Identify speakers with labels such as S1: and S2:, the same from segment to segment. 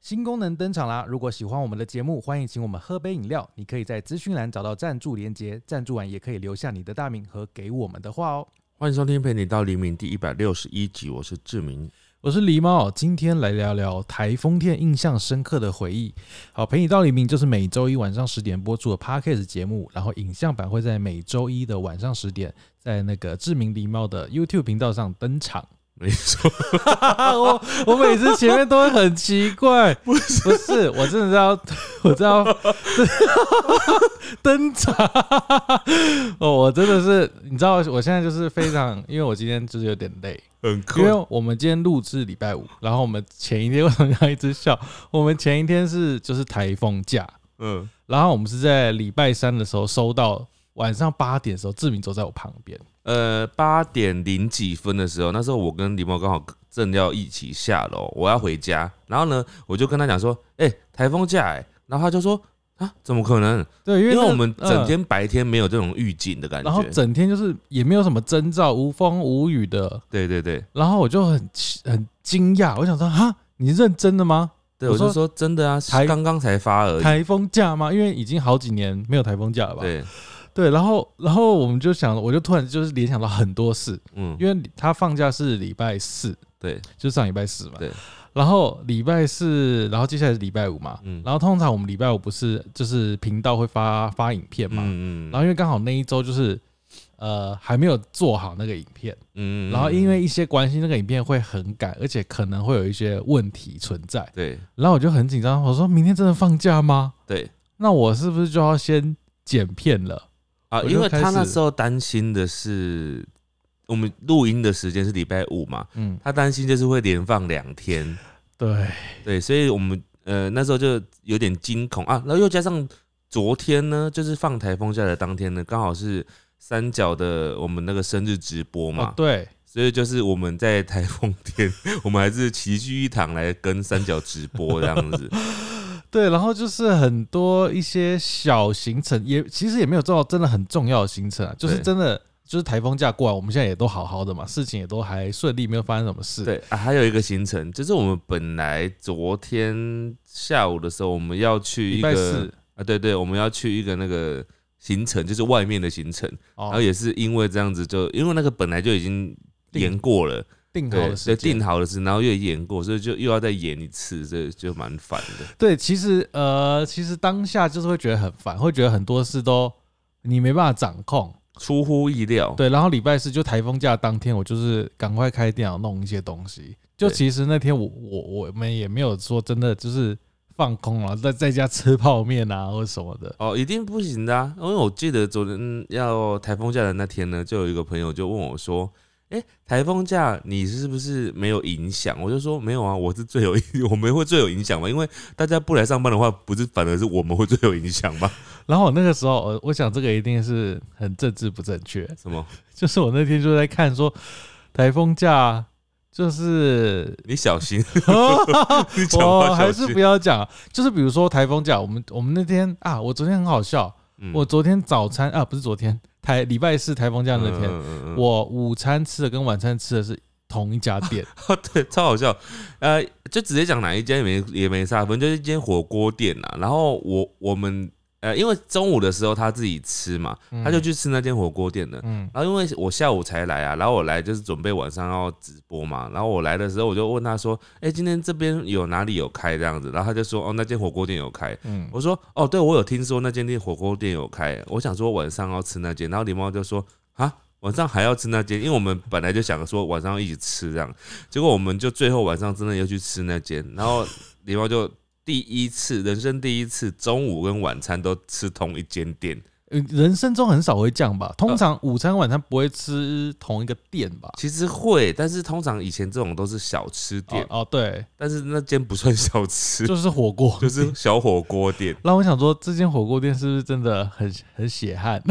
S1: 新功能登场啦！如果喜欢我们的节目，欢迎请我们喝杯饮料。你可以在资讯栏找到赞助连结，赞助完也可以留下你的大名和给我们的话哦。
S2: 欢迎收听《陪你到黎明》第一百六十一集，我是志明。
S1: 我是狸猫，今天来聊聊台风天印象深刻的回忆。好，陪你到黎明就是每周一晚上十点播出的 podcast 节目，然后影像版会在每周一的晚上十点，在那个志明狸猫的 YouTube 频道上登场。
S2: 没错，
S1: 我我每次前面都会很奇 怪，不是不是，我真的知道， 我知道 登场。哦，我真的是，你知道，我现在就是非常，因为我今天就是有点累，
S2: 很
S1: 因
S2: 酷。
S1: 为我们今天录制礼拜五，然后我们前一天为什么要一直笑？我们前一天是就是台风假，
S2: 嗯，
S1: 然后我们是在礼拜三的时候收到，晚上八点的时候，志明走在我旁边，
S2: 呃，八点零几分的时候，那时候我跟狸猫刚好正要一起下楼，我要回家。然后呢，我就跟他讲说：“哎、台风假哎、然后他就说：“啊，怎么可能？
S1: 对，因
S2: 因
S1: 为
S2: 为
S1: 那
S2: 我们整
S1: 嗯
S2: 天白天没有这种预警的感觉。
S1: 然后整天就是也没有什么征兆，无风无雨的。
S2: 对对对
S1: 然后我就很奇很惊讶，我想说哈，你认真的吗？
S2: 对，
S1: 我
S2: 我就
S1: 说
S2: 说真的啊，是
S1: 台
S2: 刚刚才发而已。
S1: 台风假吗？因为已经好几年没有台风假了吧？
S2: 对，
S1: 对然后然后我们就想，我就突然就是联想到很多事，
S2: 嗯，
S1: 因为他放假是礼拜四，
S2: 对
S1: 就是上礼拜四嘛。
S2: 对。
S1: 然后礼拜四，然后接下来是礼拜五嘛。
S2: 嗯
S1: 然后通常我们礼拜五不是就是频道会发发影片嘛？
S2: 嗯嗯，
S1: 然后因为刚好那一周就是呃还没有做好那个影片。
S2: 嗯，嗯
S1: 然后因为一些关系，那个影片会很赶，而且可能会有一些问题存在。
S2: 嗯对
S1: 然后我就很紧张，我说明天真的放假吗？
S2: 对
S1: 那我是不是就要先剪片了？
S2: 啊，
S1: 我就
S2: 因为
S1: 开
S2: 他那
S1: 始
S2: 时候担心的是，我们录音的时间是礼拜五嘛，
S1: 嗯，
S2: 他担心就是会连放两天，
S1: 对，
S2: 对，所以我们呃那时候就有点惊恐啊，然后又加上昨天呢，就是放台风假的当天呢，刚好是三角的我们那个生日直播嘛，
S1: 哦对，
S2: 所以就是我们在台风天， 我们还是齐聚一堂来跟三角直播这样子，
S1: 对，然后就是很多一些小行程，也其实也没有做到真的很重要的行程啊，就是
S2: 对
S1: 真的就是台风假过来，我们现在也都好好的嘛，事情也都还顺利，没有发生什么事。，
S2: 对啊，还有一个行程，就是我们本来昨天下午的时候，我们要去一
S1: 礼
S2: 个
S1: 拜四，
S2: 啊，对对，我们要去一个那个行程，就是外面的行程，然后
S1: 哦，
S2: 也是因为这样子就，因为那个本来就已经
S1: 定
S2: 延过了，
S1: 定好
S2: 对
S1: 的
S2: 对，
S1: 时间，
S2: 定好的是，然后又延过，所以就又要再延一次，所以就蛮烦 的。
S1: 对，其实呃，其实当下就是会觉得很烦，会觉得很多事都你没办法掌控。
S2: 出乎意料，
S1: 对，然后礼拜四就台风假当天，我就是赶快开电脑弄一些东西。就
S2: 对
S1: 其实那天我我我们也没有说真的就是放空了， 在在家吃泡面啊或什么的。
S2: 哦，一定不行的、啊，因为我记得昨天要台风假的那天呢，就有一个朋友就问我说：“哎、台风假你是不是没有影响？”我就说：“没有啊，我是最有影，我们会最有影响嘛，因为大家不来上班的话，不是反而是我们会最有影响吗？
S1: 然后我那个时候，我我想这个一定是很政治不正确，
S2: 什么？
S1: 就是我那天就在看说台风假就是 哦
S2: 你小心， 你讲
S1: 我
S2: 话
S1: 还
S2: 小
S1: 是
S2: 心。
S1: 不要讲，啊就是比如说台风假，我们我们那天啊，我昨天很好笑，
S2: 嗯
S1: 我昨天早餐啊不是昨天台礼拜四台风假那天，
S2: 嗯嗯嗯嗯
S1: 我午餐吃的跟晚餐吃的是同一家店，
S2: 哦对，超好笑。呃，就直接讲哪一间也没也没差，反正就是一间火锅店啦。然后我我们呃，因为中午的时候他自己吃嘛，
S1: 嗯
S2: 他就去吃那间火锅店了。
S1: 嗯
S2: 然后因为我下午才来啊，然后我来就是准备晚上要直播嘛。然后我来的时候我就问他说：“哎、今天这边有哪里有开这样子？”然后他就说：“哦，那间火锅店有开。”
S1: 嗯，
S2: 我说：“哦，对，我有听说那间店火锅店有开，我想说晚上要吃那间。”然后狸猫就说：“啊，晚上还要吃那间？因为我们本来就想说晚上要一起吃这样，结果我们就最后晚上真的要去吃那间。然后狸猫就第一次，人生第一次，中午跟晚餐都吃同一间店。
S1: 呃人生中很少会这样吧，通常午餐晚餐不会吃同一个店吧？
S2: 其实会，但是通常以前这种都是小吃店，
S1: 哦哦对，
S2: 但是那间不算小吃，
S1: 就是火锅，
S2: 就是小火锅 店。
S1: 让我想说这间火锅店是不是真的很很血汗？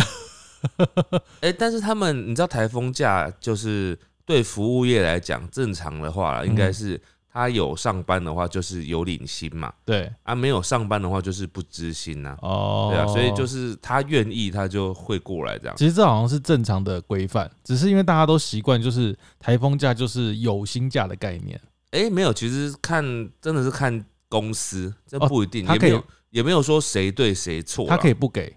S2: 哎、但是他们，你知道台风假就是对服务业来讲，正常的话啦，应该是他有上班的话就是有领薪嘛，
S1: 对
S2: 啊，没有上班的话就是不知薪呐、
S1: 哦，
S2: 对啊，所以就是他愿意，他就会过来这样。
S1: 其实这好像是正常的规范，只是因为大家都习惯，就是台风假就是有薪假的概念。
S2: 哎、没有，其实看真的是看公司，这
S1: 哦
S2: 不一定，
S1: 他
S2: 也
S1: 可
S2: 没
S1: 以
S2: 有也没有说谁对谁错啦。
S1: 他可以不给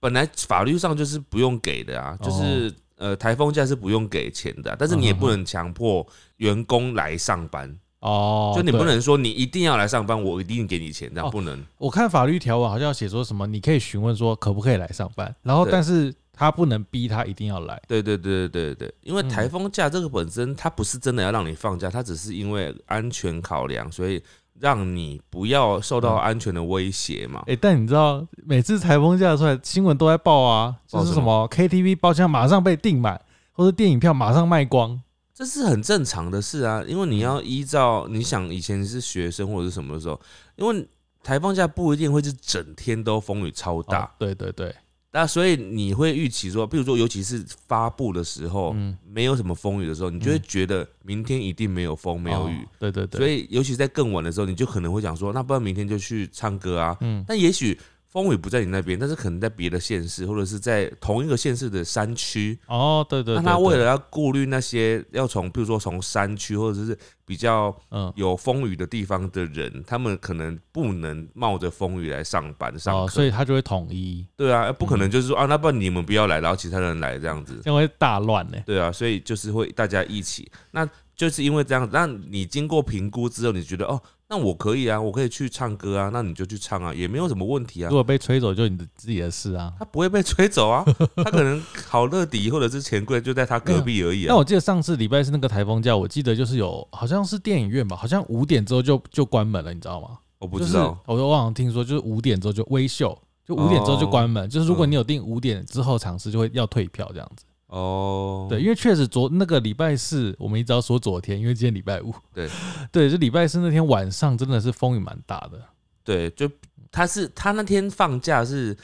S2: 本来法律上就是不用给的
S1: 哦
S2: 啊，就是、呃台风假是不用给钱的啊、但是你也
S1: 嗯哼
S2: 不能强迫员工来上班，
S1: 哦，
S2: 就你不
S1: 对。
S2: 能说你一定要来上班，我一定给你钱，这样、
S1: 哦
S2: 不能。
S1: 我看法律条文好像写说什么，你可以询问说可不可以来上班，然后
S2: 对
S1: 但是他不能逼他一定要来。
S2: 对对对对对对，因为台风假这个本身它不是真的要让你放
S1: 嗯
S2: 假，它只是因为安全考量，所以让你不要受到安全的威胁嘛。
S1: 哎、但你知道每次台风假出来，新闻都在报啊，就
S2: 报
S1: 是
S2: 什
S1: 什么 KTV 包厢马上被订满，或者电影票马上卖光。
S2: 这是很正常的事啊，因为你要依照你想以前是学生或者是什么的时候，因为台风假不一定会是整天都风雨超大，
S1: 哦对对对，
S2: 那所以你会预期说，比如说尤其是发布的时候，
S1: 嗯
S2: 没有什么风雨的时候，你就会觉得明天一定没有风没有雨。
S1: 哦对对对，
S2: 所
S1: 以
S2: 以，尤其在更晚的时候，你就可能会想说，那不然明天就去唱歌啊。
S1: 嗯，
S2: 但也许风雨不在你那边，但是可能在别的县市，或者是在同一个县市的山区。
S1: 哦对对
S2: 那
S1: 对，
S2: 他
S1: 对
S2: 为了要顾虑那些要从，比如说从山区或者是比较
S1: 嗯
S2: 有风雨的地方的人，他们可能不能冒着风雨来上班上课。
S1: 哦，所以他就会统一，
S2: 对啊，不
S1: 嗯
S2: 可能就是说、啊，那不然你们不要来，然后其他人来这样子。
S1: 这样会大乱呢、
S2: 对啊，所以就是会大家一起，那就是因为这样，那你经过评估之后，你觉得哦，那我可以啊，我可以去唱歌啊，那你就去唱啊，也没有什么问题啊
S1: 如。果被吹走，就你的自己的事啊。
S2: 他不会被吹走啊，他可能好乐迪或者是钱柜就在他隔壁而已
S1: 那
S2: 啊。
S1: 我记得上次礼拜是那个台风假，我记得就是有好像是电影院吧，好像五点之后就就关门了，你知道吗？
S2: 我不知道，
S1: 就是、我我好像听说就是五点之后就微秀，就五点之
S2: 哦
S1: 后就关门，就是如
S2: 嗯
S1: 果你有订五点之后场次，就会要退票这样子。
S2: 哦，
S1: 对，因为确实昨那个礼拜四，我们一直要说昨天，因为今天礼拜五。
S2: 对
S1: 对，就礼拜四那天晚上真的是风雨蛮大的。
S2: 对，就他是他那天放假是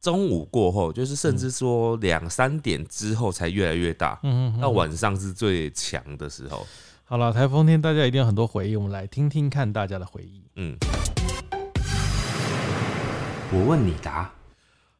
S2: 中午过后，就是甚
S1: 嗯
S2: 至说两三点之后才越来越大，
S1: 嗯嗯
S2: 到晚上是最强的时候。
S1: 好了，台风天大家一定有很多回忆，我们来听听看大家的回忆。
S2: 嗯，我问你答。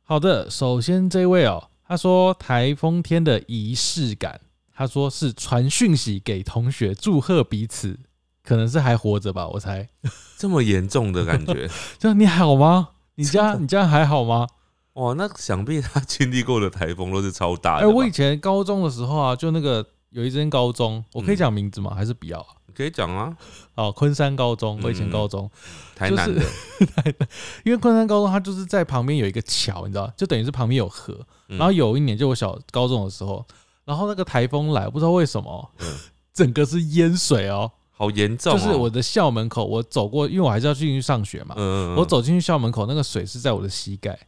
S1: 好的，首先这位哦，他说台风天的仪式感，他说是传讯息给同学祝贺彼此，可能是还活着吧，我猜。
S2: 这么严重的感 觉，
S1: 就你好吗？你家
S2: 真的
S1: 你家还好吗？
S2: 哇，那想必他经历过的台风都是超大
S1: 哎、
S2: 的吧。
S1: 我以前高中的时候啊，就那个有一间高中，我可以
S2: 嗯
S1: 讲名字吗？还是不要啊？
S2: 可以讲啊，
S1: 哦，昆山高中，我以前
S2: 嗯
S1: 高中，
S2: 台南 的，
S1: 因为昆山高中它就是在旁边有一个桥，你知道，就等于是旁边有河。
S2: 嗯
S1: 然后有一年就我小高中的时候，然后那个台风来，不知道为什么，
S2: 嗯
S1: 整个是淹水哦，
S2: 好严重、
S1: 就
S2: 哦，
S1: 是我的校门口，我走过，因为我还是要进去上学嘛，
S2: 嗯，嗯，嗯
S1: 我，走进去校门口，那个水是在我的膝盖。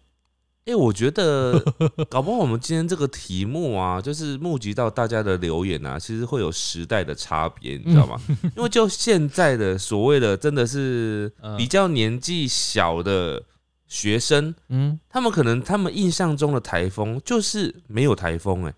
S2: 哎、我觉 得搞不好我们今天这个题目啊，就是募集到大家的留言啊，其实会有时代的差别，
S1: 嗯
S2: 你知道吗？因为就现在的所谓的真的是
S1: 嗯
S2: 比较年纪小的学生，
S1: 嗯，
S2: 他们可能他们印象中的台风就是没有台风哎、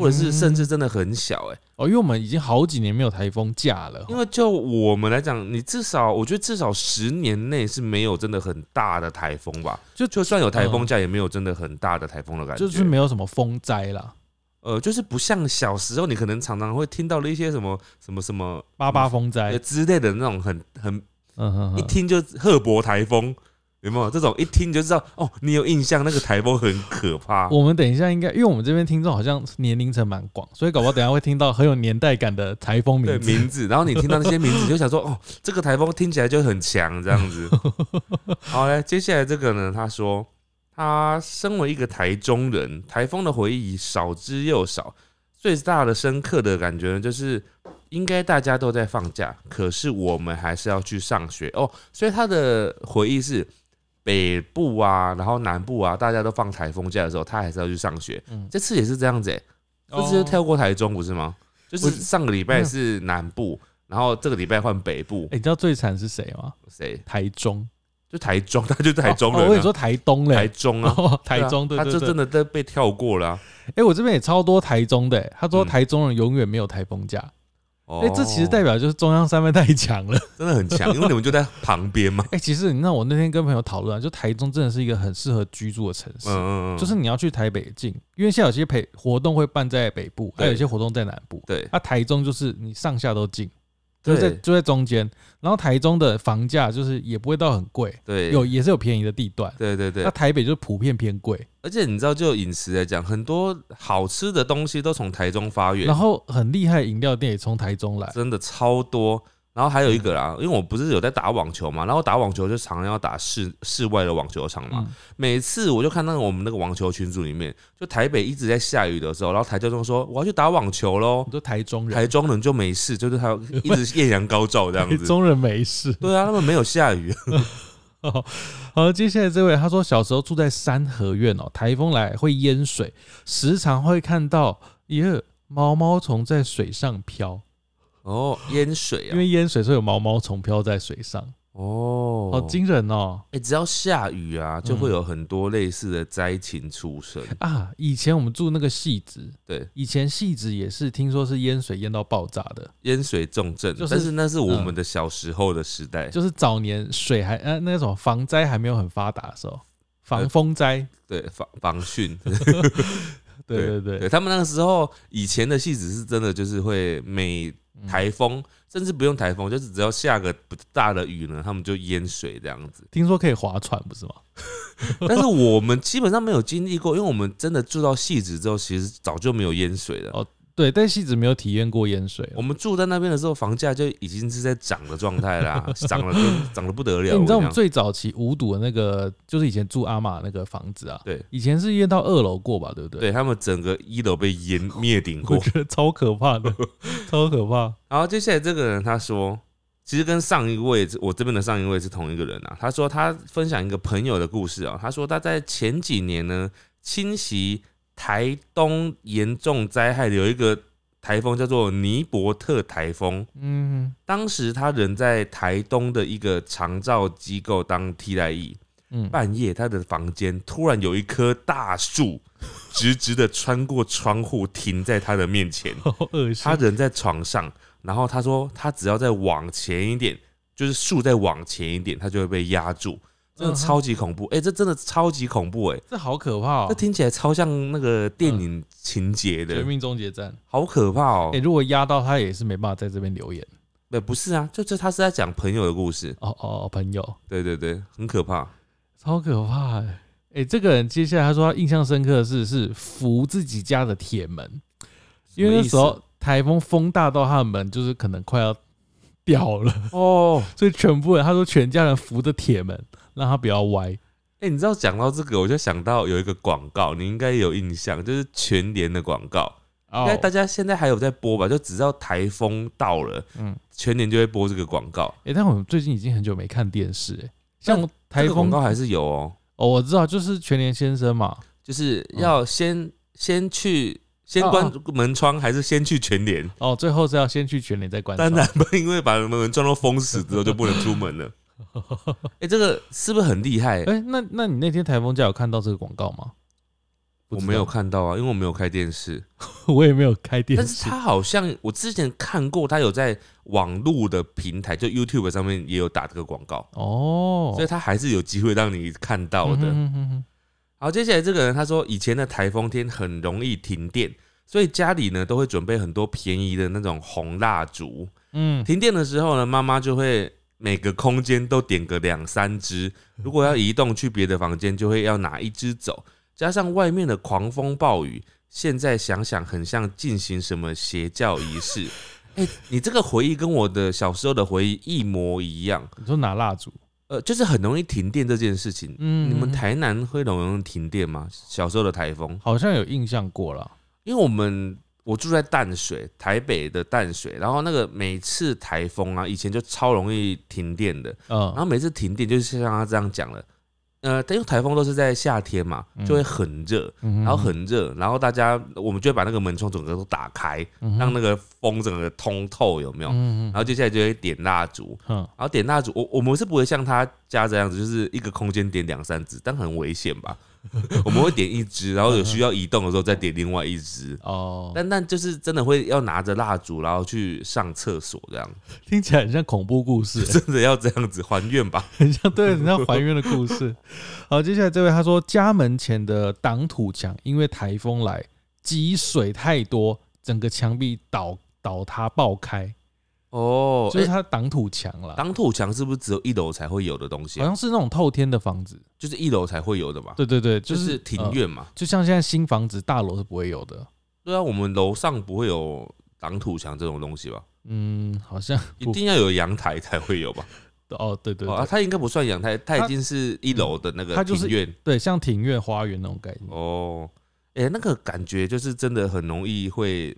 S2: 或者是甚至真的很小哎、
S1: 哦，因为我们已经好几年没有台风假了哦，
S2: 因为就我们来讲，你至少我觉得至少十年内是没有真的很大的台风吧，
S1: 就
S2: 就算有台风假也没有真的很大的台风的感觉，
S1: 就是没有什么风灾啦，
S2: 呃，就是不像小时候你可能常常会听到的一些什么什么什么
S1: 八八风
S2: 呃
S1: 灾，
S2: 之类的那种很很
S1: 哎嗯哼
S2: 一
S1: 哼，
S2: 听就赫伯台风。有没有这种一听就知道哦？你有印象，那个台风很可怕。
S1: 我们等一下应该，因为我们这边听众好像年龄层蛮广，所以搞不好等一下会听到很有年代感的台风
S2: 对
S1: 名字。
S2: 名字，然后你听到那些名字，你就想说，哦，这个台风听起来就很强这 样子。好嘞，接下来这个呢，他说他身为一个台中人，台风的回忆少之又少，最大的深刻的感觉呢，就是应该大家都在放假，可是我们还是要去上学哦。所以他的回忆是。北部啊，然后南部啊，大家都放台风假的时候，他还是要去上学。
S1: 嗯哦
S2: 这次也是这样子、欸，这次就跳过台中不是吗？就是上个礼拜是南部，然后这个礼拜换北
S1: 嗯
S2: 部
S1: 哎、，你知道最惨是谁吗？
S2: 谁？
S1: 台中，
S2: 就台中， 他就台中
S1: 哦我跟
S2: 人
S1: 你
S2: 啊，
S1: 说台东
S2: 台
S1: 嘞，
S2: 中啊，
S1: 哦，台中，对
S2: 啊他
S1: 对
S2: 就
S1: 对
S2: 真。的都被跳过了啊。
S1: 哎、我这边也超多台中的、欸他说
S2: 嗯
S1: 台中人永远没有台风假。哎、
S2: 哦
S1: 这其实代表就是中央山脉太强了。
S2: 真的很 强，因为你们就在旁边嘛。
S1: 哎、其实你知道，我那天跟朋友讨论啊，就台中真的是一个很适合居住的城市。
S2: 嗯嗯嗯，
S1: 就是你要去台北进，因为现在有些陪活动会办在北部，还有
S2: 对
S1: 一些活动在南部。啊
S2: 对
S1: 那、台中就是你上下都进，就在
S2: 对
S1: 就在中间。然后台中的房价就是也不会到很贵，
S2: 对，
S1: 有也是有便宜的地段。
S2: 对对对
S1: 那，台北就普遍偏贵，
S2: 而且你知道，就饮食来讲，很多好吃的东西都从台中发源
S1: 然，后很厉害的饮料店也从台中来。
S2: 真的超多。然后还有一个啦，因为我不是有在打网球嘛，然后打网球就常常要打室室外的网球场嘛。
S1: 嗯，
S2: 每次我就看到我们那个网球群组里面，就台北一直在下雨的时候，然后台中说我要去打网球喽
S1: 你，说台中人，
S2: 台中人就没事，就是他一直艳阳高照这样
S1: 台
S2: 子。
S1: 中人没事。
S2: 对啊，他们没有下雨，
S1: 好，接下来这位他说小时候住在三合院哦，台风来会淹水，时常会看到耶毛毛虫在水上飘，
S2: 哦，淹水
S1: 因
S2: 啊，
S1: 为淹水所以有毛毛虫飘在水上，
S2: 哦，
S1: 好惊人哦
S2: 哎、只要下雨啊，就会有很多类似的灾情出嗯生。
S1: 啊！以前我们住那个戏子，
S2: 对，
S1: 以前戏子也是听说是淹水淹到爆炸的，
S2: 淹水重症，
S1: 就是
S2: 但是嗯那是我们的小时候的时代。
S1: 就是早年水还呃那种防灾还没有很发达的时候，防风灾，
S2: 对，防防汛，
S1: 对对
S2: 呃对
S1: 对，
S2: 他们那个时候以前的戏子是真的，就是会每台风，甚至不用台风，就是只要下个不大的雨呢，他们就淹水
S1: 。
S2: 这样子
S1: 听说可以划船不是吗？
S2: 但是我们基本上没有经历过，因为我们真的住到戏子之后，其实早就没有淹水了。
S1: 哦对，但戏子没有体验过淹水，啊
S2: 我们住在那边的时候，房价就已经是在涨的状 态啦，涨了跟涨得不得了。
S1: 欸你知道我们
S2: 跟讲
S1: 最早期五堵的那个，就是以前住阿玛那个房子啊，
S2: 对
S1: 以前是淹到二楼过吧，对不对？，
S2: 对他们整个一楼被淹灭顶
S1: 我
S2: 过。
S1: 觉得超可怕 的，超可怕。
S2: 然后接下来这个人他说，其实跟上一位我这边的上一位是同一个人啊。他说他分享一个朋友的故事啊，他说他在前几年呢侵袭台东严重灾害的有一个台风叫做尼伯特台风，
S1: 嗯
S2: 当时他人在台东的一个长照机构当替代役，
S1: 嗯，
S2: 半夜，他的房间突然有一棵大树，直直的穿过窗户，停在他的面前。
S1: 好恶心
S2: 他。人在床上，然后他说，他只要再往前一点，就是树再往前一点，他就会被压住。真
S1: 嗯哼
S2: 的超级恐怖，哎、这真的超级恐怖、哎，
S1: 这好可怕
S2: 这
S1: 哦！
S2: 听起来超像那个电影情节
S1: 绝
S2: 的，
S1: 命终结战，
S2: 好可怕哦、
S1: 哎、如果压到他也是没办法在这边留言。
S2: 对，不是啊，就这他是在讲朋友的故事，
S1: 哦哦，哦朋友，
S2: 对对对，很可怕。
S1: 超可怕哎、欸！这个人接下来他说他印象深刻的是是扶自己家的铁门，因为那时
S2: 什
S1: 候台风风大到他的门就是可能快要掉 了。
S2: 么意思哦，
S1: 所以全部人，他说全家人扶着铁门，让他不要歪。
S2: 哎、你知道讲到这个，我就想到有一个广告，你应该有印象，就是全联的广告，
S1: 哦
S2: 应该大家现在还有在播吧？就只要台风到了，
S1: 嗯，
S2: 全年就会播这个广告。
S1: 哎、但我们最近已经很久没看电视、欸，像
S2: 这
S1: 台
S2: 个广
S1: 风、
S2: 告还是有哦，
S1: 哦，我知道，就是全联先生嘛，
S2: 就是
S1: 哦
S2: 要先、先去先关门窗，还是先去全联？
S1: 哦，最后是要先去全联再关
S2: 当
S1: 窗。
S2: 然不，因为把门窗都封死之后就不能出 门了。哎、这个是不是很厉害？
S1: 哎、那那你那天台风假有看到这个广告吗？不
S2: 我
S1: 知道
S2: 没有，看到啊，因为我没有开电视。
S1: 我也没有开电
S2: 但是
S1: 视。
S2: 他好像我之前看过，他有在网络的平台，就 YouTube 上面也有打这个广告，
S1: 哦，
S2: 所以他还是有机会让你看到的。
S1: 嗯哼哼哼
S2: 好，接下来这个人他说，以前的台风天很容易停电，所以家里呢都会准备很多便宜的那种红蜡烛。
S1: 嗯，
S2: 停电的时候呢，妈妈就会每个空间都点个两三支，如果要移动去别的房间，就会要拿一支走。加上外面的狂风暴雨，现在想想很像进行什么邪教仪式。哎、你这个回忆跟我的小时候的回忆一模一样，
S1: 你说拿蜡烛？
S2: 呃，就是很容易停电这件事情。
S1: 嗯，
S2: 你们
S1: 嗯嗯
S2: 台南会容易停电吗？小时候的台风，
S1: 好像有印象过了。
S2: 因为我们我住在淡水，台北的淡水，然后那个每次台风啊，以前就超容易停电的，然后
S1: 嗯，
S2: 每次停电就是像他这样讲了，呃，因为台风都是在夏天嘛，
S1: 嗯
S2: 就会很热，
S1: 然
S2: 然后很热，然后大家我们就会把那个门窗整个都打开，让那个风整个通透，有没有？
S1: 嗯
S2: 然后接下来就会点蜡烛，
S1: 嗯
S2: 然后点蜡烛，我我们是不会像他家这样子，就是一个空间点两三支，但很危险吧？ 我们会点一支，然后有需要移动的时候再点另外一支。
S1: 哦，
S2: 但但就是真的会要拿着蜡烛，然后去上厕所，这样
S1: 听起来很像恐怖故事、
S2: 真的要这样子还愿吧？
S1: 很像对，很像还原的故 事。好，接下来这位他说，家门前的挡土墙因为台风来积水太多，整个墙壁倒倒塌爆开。
S2: 哦，
S1: 就是
S2: 欸
S1: 它挡土墙啦，
S2: 挡土墙是不是只有一楼才会有的东西
S1: 好
S2: 啊？
S1: 像是那种透天的房子。
S2: 就是一楼才会有的嘛，
S1: 对对对，
S2: 就是是庭
S1: 呃
S2: 院嘛。
S1: 就像现在新房子大楼是不会有的。
S2: 对啊，我们楼上不会有挡土墙这种东西吧？
S1: 嗯，好像
S2: 一
S1: 不
S2: 定要有阳台才会有吧？
S1: 哦，对对
S2: 哦，
S1: 对
S2: 啊它应该不算阳台，它
S1: 它
S2: 已经是一楼的那个
S1: 它就是
S2: 庭院
S1: 对，像庭院花园那种概念。
S2: 哦。哎，那个感觉就是真的很容易会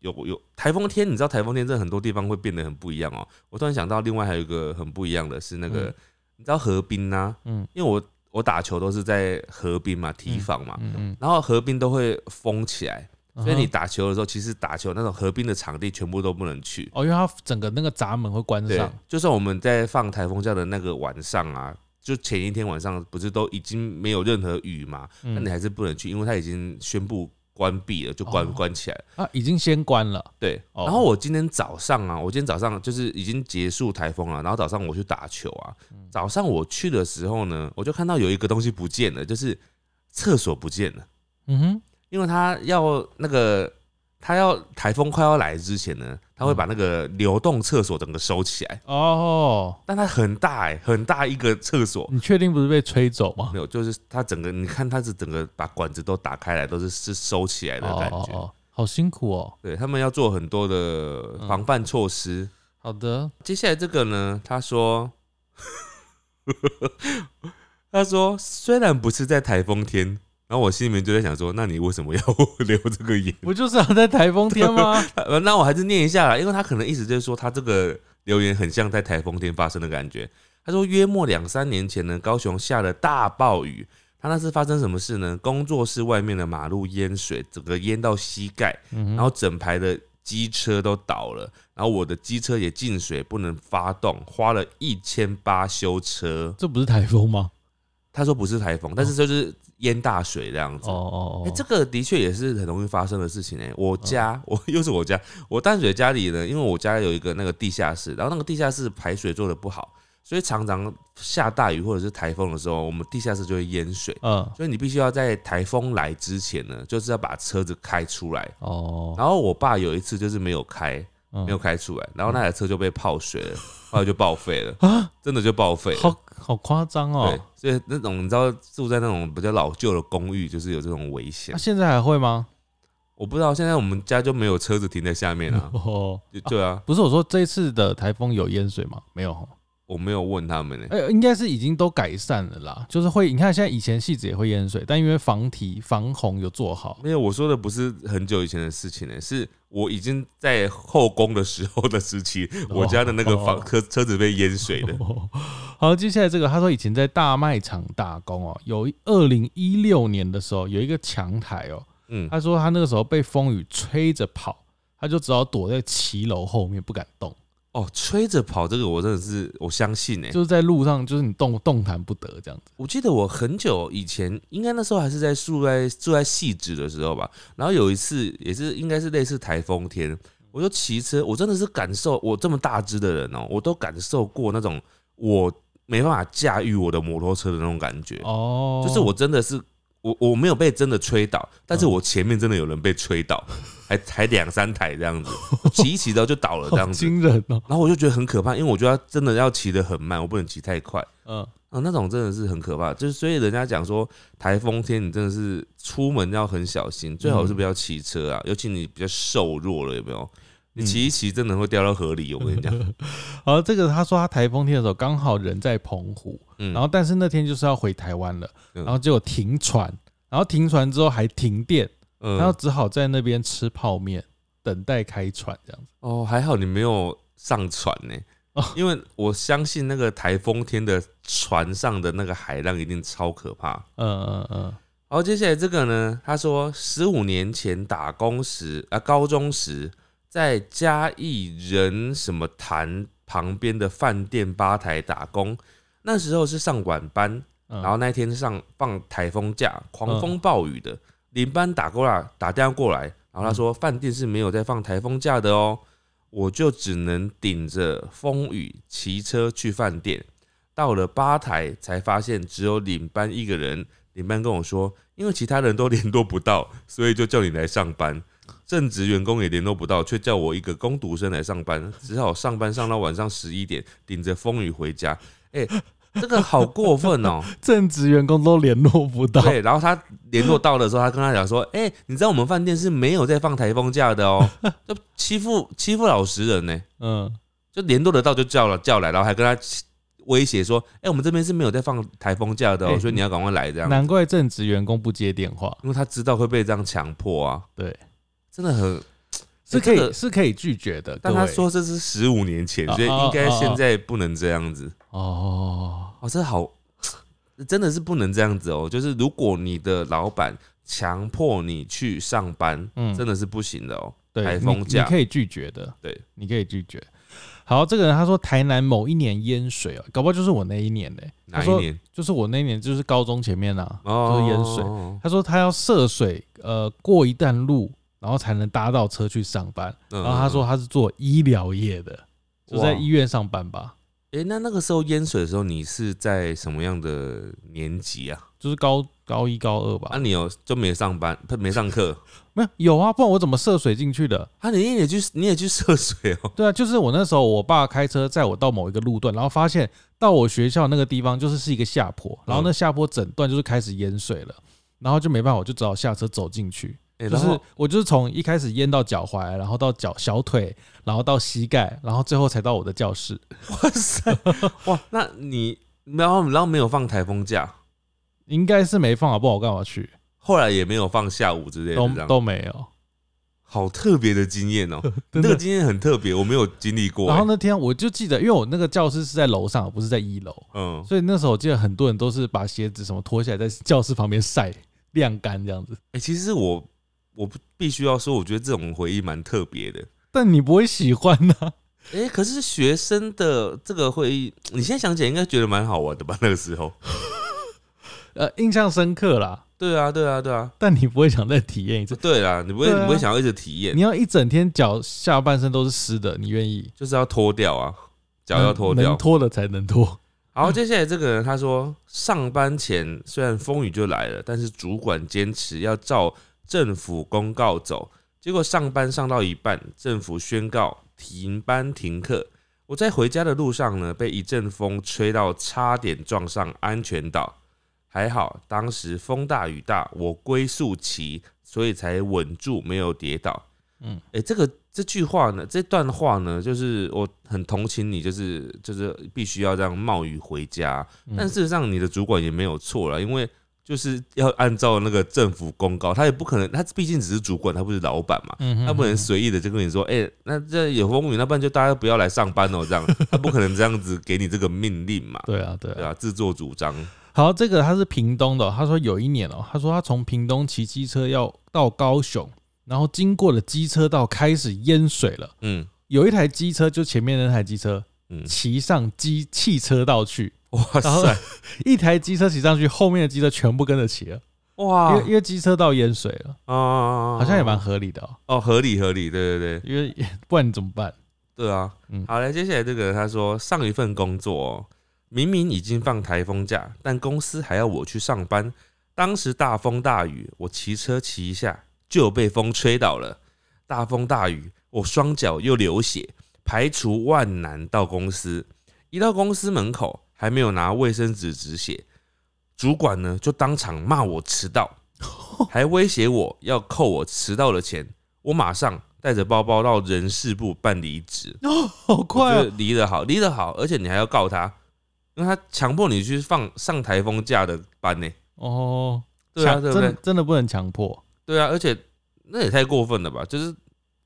S2: 有有台风天，你知道台风天真的很多地方会变得很不一样哦。我突然想到，另外还有一个很不一样的是那个，
S1: 嗯
S2: 你知道河滨呐、
S1: 嗯
S2: 因为我我打球都是在河滨嘛，提防嘛，
S1: 嗯嗯
S2: 然后河滨都会封起来，
S1: 嗯，
S2: 所以你
S1: 嗯哼
S2: 打球的时候，其实打球那种河滨的场地全部都不能去。
S1: 哦，因为它整个那个闸门会关
S2: 对
S1: 上。，
S2: 就算我们在放台风假的那个晚上啊，就前一天晚上不是都已经没有任何雨嘛，那、
S1: 嗯，
S2: 你还是不能去，因为它已经宣布关闭了，就关、
S1: 哦
S2: 关起来了。
S1: 啊，已经先关了。
S2: 对，
S1: 哦
S2: 然后我今天早上啊，我今天早上就是已经结束台风了，然后早上我去打球啊，
S1: 嗯
S2: 早上我去的时候呢，我就看到有一个东西不见了，就是厕所不见了。
S1: 嗯哼，
S2: 因为他要那个，他要台风快要来之前呢，他
S1: 嗯
S2: 会把那个流动厕所整个收起来。
S1: 哦，
S2: 但它很大哎、很大一个厕所，
S1: 你确定不是被吹走吗
S2: 没？有，就是它整个，你看它是整个把管子都打开来，都是是收起来的
S1: 哦
S2: 感
S1: 哦
S2: 觉。
S1: 哦，好辛苦哦。
S2: 对他们要做很多的防范措施。
S1: 好的，
S2: 接下来这个呢，他说。 他说：“虽然不是在台风天，然后我心里面就在想说，那你为什么要 我留这个言？
S1: 不就是要在台风天 吗？
S2: 呃，那我还是念一下啦，因为他可能意思就是说，他这个留言很像在台风天发生的感觉。他说，约莫两三年前呢，高雄下了大暴雨，他那次发生什么事呢？工作室外面的马路淹水，整个淹到膝盖，
S1: 嗯
S2: 然后整排的机车都倒了，然后我的机车也进水，不能发动，花了一千八修车。
S1: 这不是台风吗？
S2: 他说不是台风，但是就是淹大水这样 子。
S1: 哦哦嗯
S2: 哎、
S1: 哦，
S2: 这个的确也是很容易发生的事情哎、我家， 我又是我家，我淡水家里呢，因为我家有一个那个地下室，然后那个地下室排水做的不好，所以常常下大雨或者是台风的时候，我们地下室就会淹水。
S1: 嗯
S2: 所以你必须要在台风来之前呢，就是要把车子开出来。
S1: 哦，嗯
S2: 然后我爸有一次就是没有开，
S1: 没
S2: 没有开出来，然后那台车就被泡水 了，后来就报废了，
S1: 啊，
S2: 真的就报废了。
S1: 好好夸张
S2: 对
S1: 哦。，
S2: 所以那种你知道住在那种比较老旧的公寓，就是有这种危险
S1: 那、。啊现在还会吗？。
S2: 我不知道，现在我们家就没有车子停在下面啊
S1: 哦，
S2: 就对啊，
S1: 不是我说这一次的台风有淹水吗？没有哦，
S2: 我没有问他们呢、欸
S1: 哎、应该是已经都改善了啦。就是会，你看现在以前戏子也会淹水，但因为防堤防洪有做好，
S2: 没有，我说的不是很久以前的事情呢、是我已经在后宫的时候的时期，
S1: 哦
S2: 我家的那个房
S1: 哦。
S2: 车车子被淹水的
S1: 哦好，接下来这个，他说以前在大卖场打工哦，有二零一六年的时候有一个强台哦，
S2: 嗯，
S1: 他说他那个时候被风雨吹着跑，他就只好躲在骑楼后面不敢动，
S2: 哦，吹着跑这个我真的是我相信欸呢、
S1: 就是在路上就是你动动弹不得这样子。
S2: 我记得我很久以前，应该那时候还是在住在住在细致的时候吧。然后有一次也是应该是类似台风天，我就骑车，我真的是感受我这么大只的人哦、我都感受过那种我没办法驾驭我的摩托车的那种感觉。
S1: 哦，
S2: 就是我真的是我我没有被真的吹倒，但是
S1: 嗯
S2: 我前面真的有人被吹倒，还还两三台这 样子，骑一骑然后就倒了这
S1: 好
S2: 样子。
S1: 惊人哦，
S2: 然后我就觉得很可怕，因为我觉得真的要骑得很慢，我不能骑太快。
S1: 嗯，
S2: 啊，那种真的是很可怕。就是所以人家讲说，台风天你真的是出门要很小心，最好是不要骑车啊，尤其你比较瘦弱了，有没有？你骑一骑真的会掉到河里，我跟你讲。
S1: 好，这个他说他台风天的时候刚好人在澎湖，
S2: 嗯，
S1: 然后但是那天就是要回台湾了，
S2: 嗯
S1: 然后结果停船，然后停船之后还停电，
S2: 嗯
S1: 然后只好在那边吃泡面，等待开船这样子。
S2: 哦，还好你没有上船呢、
S1: 哦
S2: 因为我相信那个台风天的船上的那个海浪一定超可怕。
S1: 嗯嗯嗯，
S2: 好，接下来这个呢，他说十五年前打工时啊、高中时在嘉义仁什么潭旁边的饭店吧台打工，那时候是上晚班，
S1: 嗯
S2: 然后那一天上放台风假，狂风暴雨的，领班打过来打电话过来，然后他说饭店是没有在放台风假的哦，我就只能顶着风雨骑车去饭店。到了吧台才发现只有领班一个人，领班跟我说，因为其他人都联络不到，所以就叫你来上班。正职员工也联络不到，却叫我一个工读生来上班，只好上班上到晚上十一点，顶着风雨回家。哎、这个好过分哦、
S1: 正职员工都联络不到，
S2: 对，然后他联络到的时候，他跟他 讲说：“哎、你知道我们饭店是没有在放台风假的哦、 就欺负欺负老实人呢、
S1: 嗯，
S2: 就联络得到就叫了叫来，然后还跟他威胁说：‘哎、我们这边是没有在放台风假的哦、
S1: 哎
S2: 所以你要赶快来这样。’哎
S1: 难怪正职员工不接电话，
S2: 因为他知道会被这样强迫啊，
S1: 对，
S2: 真的很。
S1: 是可以、
S2: 这个
S1: 是可以拒绝的。
S2: 但
S1: 各
S2: 他
S1: 位
S2: 说这是十五年前，
S1: 啊
S2: 所以
S1: 啊
S2: 应该
S1: 啊啊
S2: 现在不能这样子。
S1: 哦，
S2: 哦，这好，真的是不能这样子哦。就是如果你的老板强迫你去上班，
S1: 嗯
S2: 真的是不行的哦。
S1: 对，
S2: 台
S1: 你
S2: 风假
S1: 你可以拒绝的，
S2: 对，
S1: 你可以拒绝。好，这个人他说台南某一年淹水哦，搞不好就是我那一年嘞、他
S2: 哪一
S1: 说
S2: 年？
S1: 就是我那一年就是高中前面啊，
S2: 哦，
S1: 就是淹水。他说他要涉水，呃，过一段路，然后才能搭到车去上班。
S2: 嗯
S1: 然后他说，他是做医疗业的，就在
S2: 哇
S1: 医院上班吧，
S2: 哎、那那个时候淹水的时候，你是在什么样的年级啊？
S1: 就是高高一高二吧。
S2: 啊，你有就没上班，不没上课？
S1: 没有有啊，不然我怎么涉水进去的？
S2: 啊，你也去，你也去涉水哦。
S1: 对啊，就是我那时候我爸开车载我到某一个路段，然后发现到我学校那个地方就是是一个下坡，然后
S2: 嗯
S1: 那下坡整段就是开始淹水了，然后就没办法，我就只好下车走进去。
S2: 哎、
S1: 就
S2: 然后
S1: 是我就是从一开始淹到脚踝，然后到脚小腿，然后到膝盖，然后最后才到我的教室。
S2: 哇塞，哇，那你然后然后没有放台风假，
S1: 应该是没放啊，不然我干嘛去？
S2: 后来也没有放下午之类的，
S1: 都
S2: 这样
S1: 都没有。
S2: 好特别的经验哦、
S1: 真
S2: 那
S1: 的
S2: 个经验很特别，我没有经历过、
S1: 然后
S2: 哎？
S1: 那天我就记得，因为我那个教室是在楼上，不是在一楼，
S2: 嗯，
S1: 所以那时候我记得很多人都是把鞋子什么脱下来，在教室旁边晒晾干这样子。
S2: 哎、其实我我必须要说，我觉得这种回忆蛮特别的。
S1: 但你不会喜欢呐、
S2: 哎、可是学生的这个会议，你现在想起来应该觉得蛮好玩的吧？ 那个时候，
S1: 呃，印象深刻啦，
S2: 对啊，对啊，对啊，
S1: 但你不会想再体验一
S2: 这
S1: 次。
S2: 对啦，你不会、
S1: 对啊
S2: 你不会想要一直体验
S1: 你，要一整天脚下半身都是湿的，你愿意？
S2: 就是要脱掉啊，脚要脱
S1: 能
S2: 掉
S1: 能。脱的才能脱。
S2: 好，接下来这个人他说，上班前虽然风雨就来了，但是主管坚持要照政府公告走，结果上班上到一半，政府宣告停班停课。我在回家的路上呢，被一阵风吹到，差点撞上安全岛。还好当时风大雨大，我龟速骑，所以才稳住，没有跌倒。
S1: 嗯
S2: 嗯，哎、这个这句话呢，这段话呢，就是我很同情你，就是就是必须要这样冒雨回家。
S1: 嗯
S2: 但事实上，你的主管也没有错了，因为就是要按照那个政府公告，他也不可能，他毕竟只是主管，他不是老板嘛。
S1: 嗯哼
S2: 他不能随意的就跟你说，哎、那这有风雨，那不然就大家不要来上班哦，这样他不可能这样子给你这个命令嘛，
S1: 对啊，对
S2: 对
S1: 啊。
S2: 啊，自作主张，
S1: 好，这个他是屏东的哦、他说有一年哦、他说他从屏东骑机车要到高雄，然后经过了机车道开始淹水了，
S2: 嗯
S1: 有一台机车就前面那台机车
S2: 嗯，
S1: 骑上机汽车道去，
S2: 哇
S1: 然后
S2: 塞，
S1: 一台机车骑上去，后面的机车全部跟着骑了，因
S2: 哇
S1: 为因为机车道淹水了，
S2: 啊
S1: 好像也蛮合理的哦、
S2: 哦，合理合理，对对对
S1: 因为不然你怎么办？
S2: 对啊，
S1: 嗯
S2: 好来，接下来这个他说上一份工作、哦、明明已经放台风假，但公司还要我去上班，当时大风大雨，我骑车骑一下就被风吹倒了，大风大雨，我双脚又流血，排除万难到公司，一到公司门口还没有拿卫生纸止血，主管呢就当场骂我迟到，还威胁我要扣我迟到的钱，我马上带着包包到人事部办离职，
S1: 哦，好快、
S2: 我觉
S1: 啊！
S2: 得离得好，离得好，而且你还要告他，因为他强迫你去放上台风假的班呢、
S1: 哦，
S2: 对啊，
S1: 强
S2: 对不
S1: 真的
S2: 对？
S1: 真的不能强迫，
S2: 对啊，而且那也太过分了吧！就是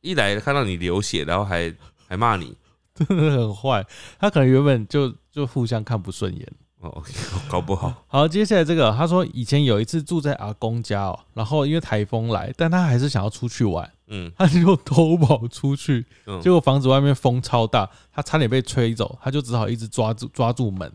S2: 一来看到你流血，然后还还骂你，
S1: 真的很坏。他可能原本就就互相看不顺眼。
S2: 哦， 搞不好，
S1: 好，接下来这个，他说以前有一次住在阿公家哦，然后因为台风来，但他还是想要出去玩，
S2: 嗯
S1: 他就偷跑出去，
S2: 嗯，
S1: 结果房子外面风超大，他差点被吹走，他就只好一直抓住抓住门，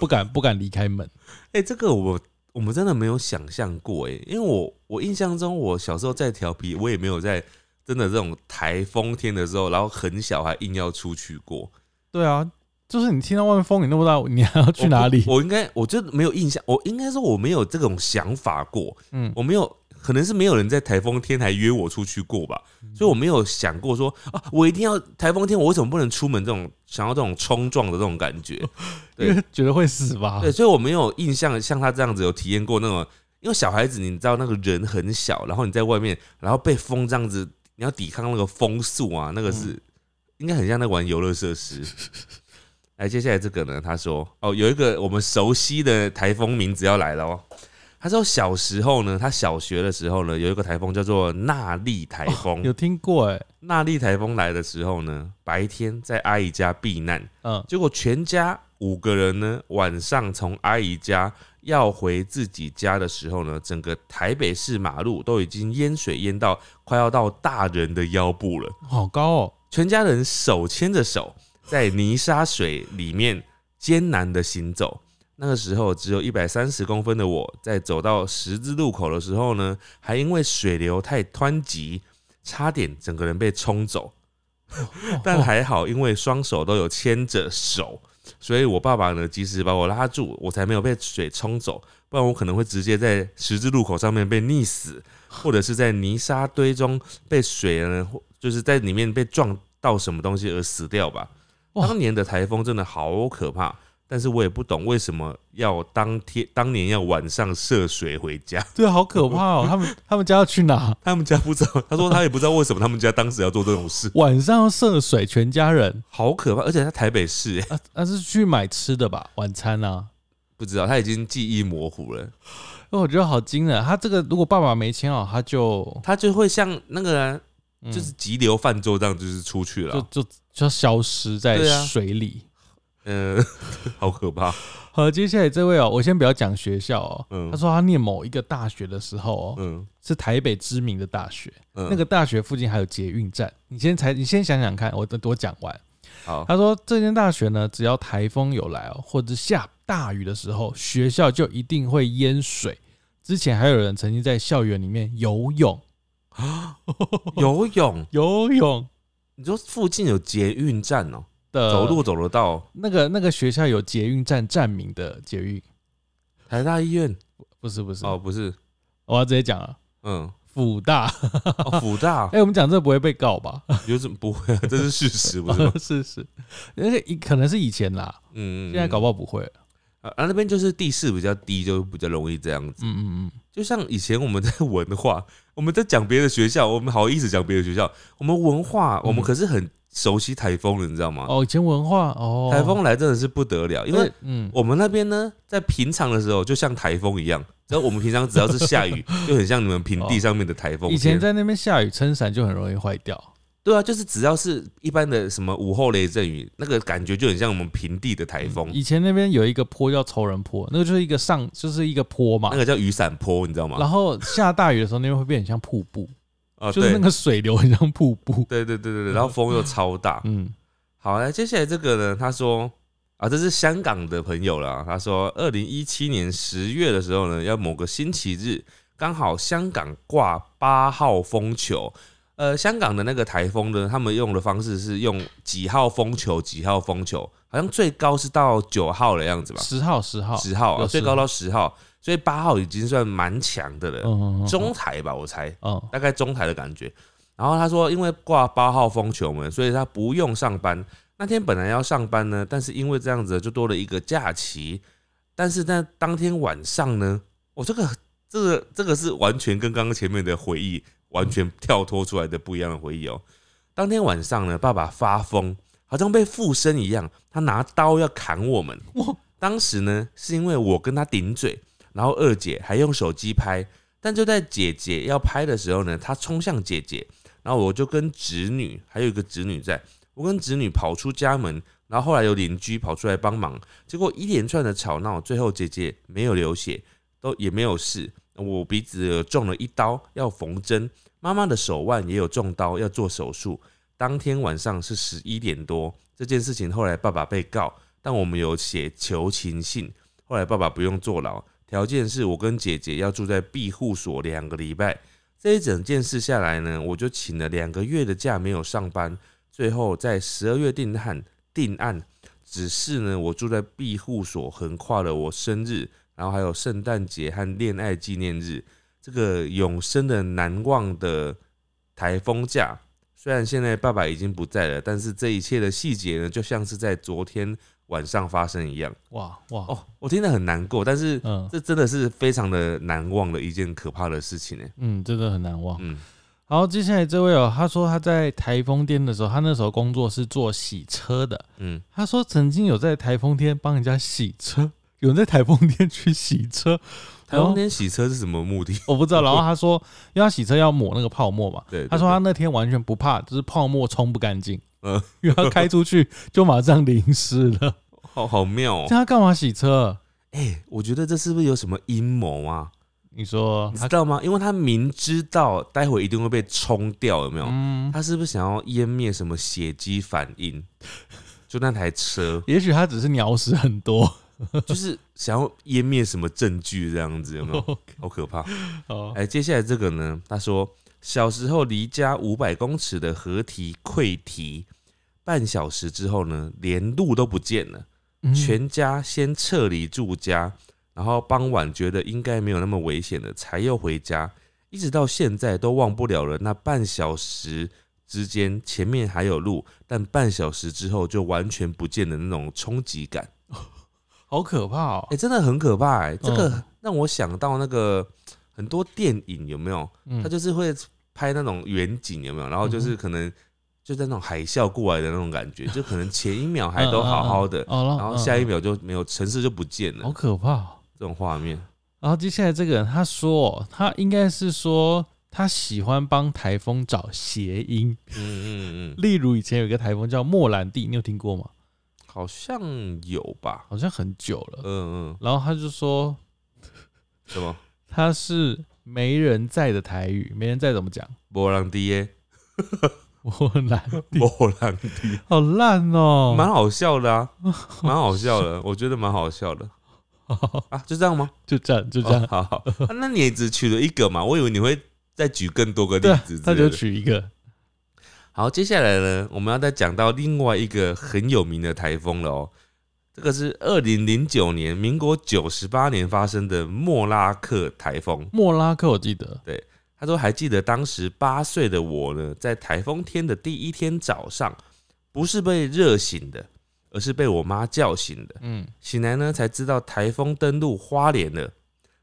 S1: 不敢不敢离开门。
S2: 哎、这个我我们真的没有想象过哎、因为我我印象中我小时候在调皮，我也没有在真的这种台风天的时候，然后很小还硬要出去过。
S1: 对啊，就是你听到外面风雨那么大，你还要 去哪里？
S2: 我我应该我就没有印象，我应该说我没有这种想法过，
S1: 嗯，
S2: 我没有可能是没有人在台风天还约我出去过吧，
S1: 嗯
S2: 所以我没有想过说啊，我一定要台风天，我为什么不能出门？这种想要这种冲撞的这种感觉，对
S1: 因为觉得会死吧？
S2: 对，所以我没有印象像他这样子有体验过那种，因为小孩子你知道那个人很小，然后你在外面，然后被风这样子，你要抵抗那个风速啊，那个是、应该很像在玩游乐设施。来，接下来这个呢，他说哦，有一个我们熟悉的台风名字要来了哦。他说小时候呢，他小学的时候呢，有一个台风叫做纳利台风。
S1: 有听过哎、
S2: 纳利台风来的时候呢，白天在阿姨家避难，
S1: 嗯，
S2: 结果全家五个人呢，晚上从阿姨家要回自己家的时候呢，整个台北市马路都已经淹水淹到快要到大人的腰部了。
S1: 好高哦，
S2: 全家人手牵着手，在泥沙水里面艰难的行走。那个时候只有一百三十公分的我，在走到十字路口的时候呢，还因为水流太湍急，差点整个人被冲走。 但还好，因为双手都有牵着手，所以我爸爸呢及时把我拉住，我才没有被水冲走，不然我可能会直接在十字路口上面被溺死，或者是在泥沙堆中被水呢，或就是在里面被撞到什么东西而死掉吧。
S1: 哇
S2: 当年的台风真的好可怕，但是我也不懂为什么要当天当年要晚上涉水回家。
S1: 对，好可怕 哦。他们他们家要去哪？
S2: 他们家不知道，他说他也不知道为什么他们家当时要做这种事，
S1: 晚上要涉水，全家人
S2: 好可怕！而且在台北市、欸，
S1: 啊，那、是去买吃的吧，晚餐啊。
S2: 不知道他已经记忆模糊了，
S1: 因哦为我觉得好惊人，他这个如果爸爸没签好，他就
S2: 他就会像那个啊、
S1: 嗯
S2: 就是急流泛舟这样，就是出去了
S1: 就，就就消失在
S2: 对啊
S1: 水里。
S2: 嗯、 好可怕，
S1: 好，接下来这位哦，我先不要讲学校哦。
S2: 嗯
S1: 他说他念某一个大学的时候哦，
S2: 嗯
S1: 是台北知名的大学，
S2: 嗯，
S1: 那个大学附近还有捷运站。你先才，你先想想看，我我讲完。
S2: 好，
S1: 他说这间大学呢，只要台风有来哦，或者下大雨的时候，学校就一定会淹水。之前还有人曾经在校园里面游泳，
S2: 啊游泳，
S1: 游泳
S2: 你说附近有捷运站哦、
S1: 的
S2: 走路走得到
S1: 那个那个学校有捷运站站名的捷运，
S2: 台大医院
S1: 不是不是，
S2: 哦，不是，
S1: 我要直接讲了，
S2: 嗯，
S1: 辅大。
S2: 哦，辅大
S1: 哎、我们讲这不会被告吧？
S2: 有什么不会、啊？这是事实，不 是吗？
S1: 是是，那个以可能是以前啦，
S2: 嗯，嗯
S1: 现在搞不好不会了。
S2: 啊，那边就是地势比较低，就比较容易这样子。
S1: 嗯嗯嗯，
S2: 就像以前我们在文化，我们在讲别的学校，我们好意思讲别的学校，我们文化，
S1: 嗯
S2: 我们可是很熟悉台风的，你知道吗？
S1: 哦，以前文化哦，
S2: 啊台风来真的是不得了，因为
S1: 对嗯，
S2: 我们那边呢，在平常的时候就像台风一样，只要我们平常只要是下 雨，就很像你们平地上面的台风天。
S1: 哦以前在那边下雨，撑伞就很容易坏掉。
S2: 对啊，就是只要是一般的什么午后雷阵雨，那个感觉就很像我们平地的台风，
S1: 以前那边嗯有一个坡叫仇人坡，那个就是一个上就是一个坡嘛
S2: 那，个叫雨伞坡，你知道吗？
S1: 然后下大雨的时候，那边会变得很像瀑布，
S2: 啊，
S1: 就是那
S2: 对
S1: 个水流很像瀑布。
S2: 对对对对对，然后风又超大。
S1: 嗯，
S2: 好，来接下来这个呢，他说啊，这是香港的朋友啦，他说，二零一七年十月的时候呢，要某个星期日，刚好香港挂八号风球。呃，香港的那个台风呢，他们用的方式是用几号风球，几号风球，好像最高是到九号的样子吧，
S1: 十号十号，
S2: 十
S1: 哦
S2: 号、
S1: 有
S2: 啊，最
S1: 10
S2: 高到十号，所以八号已经算蛮强的了，
S1: 嗯嗯嗯
S2: 中台吧，我猜。
S1: 嗯
S2: 大概中台的感觉。然后他说，因为挂八号风球门，所以他不用上班。那天本来要上班呢，但是因为这样子就多了一个假期。但是在当天晚上呢，我、这个这个这个是完全跟刚刚前面的回忆完全跳脱出来的不一样的回忆哦。当天晚上呢，爸爸发疯，好像被附身一样，他拿刀要砍我们
S1: 哇。
S2: 当时呢，是因为我跟他顶嘴，然后二姐还用手机拍，但就在姐姐要拍的时候呢，她冲向姐姐，然后我就跟侄女还有一个侄女在，我跟侄女跑出家门，然后后来有邻居跑出来帮忙，结果一连串的吵闹，最后姐姐没有流血，都也没有事，我鼻子有中了一刀要缝针，妈妈的手腕也有中刀要做手术，当天晚上是十一点多，这件事情后来爸爸被告，但我们有写求情信，后来爸爸不用坐牢，条件是我跟姐姐要住在庇护所两个礼拜。这一整件事下来呢，我就请了两个月的假没有上班，最后在十二月定案定案。只是呢，我住在庇护所，横跨了我生日，然后还有圣诞节和恋爱纪念日。这个永生的难忘的台风假。虽然现在爸爸已经不在了，但是这一切的细节呢，就像是在昨天晚上发生一样。
S1: 哇哇，
S2: 哦，我听得很难过，但是
S1: 嗯
S2: 这真的是非常的难忘的一件可怕的事情呢。
S1: 嗯，真的很难忘。
S2: 嗯，
S1: 好，接下来这位哦，他说他在台风天的时候，他那时候工作是做洗车的。
S2: 嗯，
S1: 他说曾经有在台风天帮人家洗车， 有人在台风天去洗车，
S2: 台风天洗车是什么目的？
S1: 我不知道。然后他说，因为他洗车要抹那个泡沫嘛，
S2: 对，对
S1: 他说他那天完全不怕，就是泡沫冲不干净，
S2: 嗯
S1: 因为他开出去就马上淋湿了。
S2: 对好好妙哦
S1: 这。他干嘛洗车？
S2: 哎，我觉得这是不是有什么阴谋啊？
S1: 你说
S2: 你
S1: 他
S2: 知道吗？因为他明知道待会一定会被冲掉，有没有？
S1: 嗯，，
S2: 他是不是想要湮灭什么血迹反应？ 就那台车
S1: 也许他只是鸟屎很多。
S2: 就是想要湮灭什么证据这样子，有没有？好可怕！
S1: 哦，
S2: 嗯哎，接下来这个呢？他说，小时候离家五百公尺的河堤溃堤，半小时之后呢，连路都不见了，
S1: 嗯
S2: 全家先撤离住家，然后傍晚觉得应该没有那么危险了，才又回家，一直到现在都忘不了了那半小时之间，前面还有路，但半小时之后就完全不见的那种冲击感。
S1: 好可怕哦
S2: 哎、。真的很可怕哎、这
S1: 嗯
S2: 个让我想到那个很多电影有没有？
S1: 嗯
S2: 他就是会拍那种远景有没有？然后就是可能就在那种海啸过来的那种 感觉，就可能前一秒还都好好的
S1: 嗯，嗯嗯哦
S2: 然后下一
S1: 嗯
S2: 秒就没有，城市就不见
S1: 嗯好
S2: 了，
S1: 可怕哦。
S2: 这种画面。
S1: 然后接下来这个人他说，他应该是说他喜欢帮台风找谐音，
S2: 嗯嗯嗯，
S1: 例如以前有一个台风叫莫兰蒂，你有听过吗？
S2: 好像有吧？
S1: 好像很久了。
S2: 嗯嗯，
S1: 然后他就说
S2: 什么
S1: 他是没人在的台语，没人在怎么 讲？
S2: 波浪迪耶，
S1: 莫兰蒂，
S2: 波浪迪，
S1: 好烂哦、
S2: 蛮好笑 的啊，蛮好笑的，我觉得蛮好笑的啊，就这样吗？
S1: 就这样，就这样。
S2: 哦好好、啊那你也只取了一个嘛？我以为你会再举更多个
S1: 对
S2: 例
S1: 啊
S2: 子，之
S1: 他
S2: 类
S1: 就
S2: 的。
S1: 取一个，
S2: 好，接下来呢，我们要再讲到另外一个很有名的台风了哦。这个是二零零九年，民国九十八年发生的莫拉克台风。
S1: 莫拉克，我记得，
S2: 他说还记得当时八岁的我呢，在台风天的第一天早上，不是被热醒的，而是被我妈叫醒的。
S1: 嗯，
S2: 醒来呢，才知道台风登陆花莲了，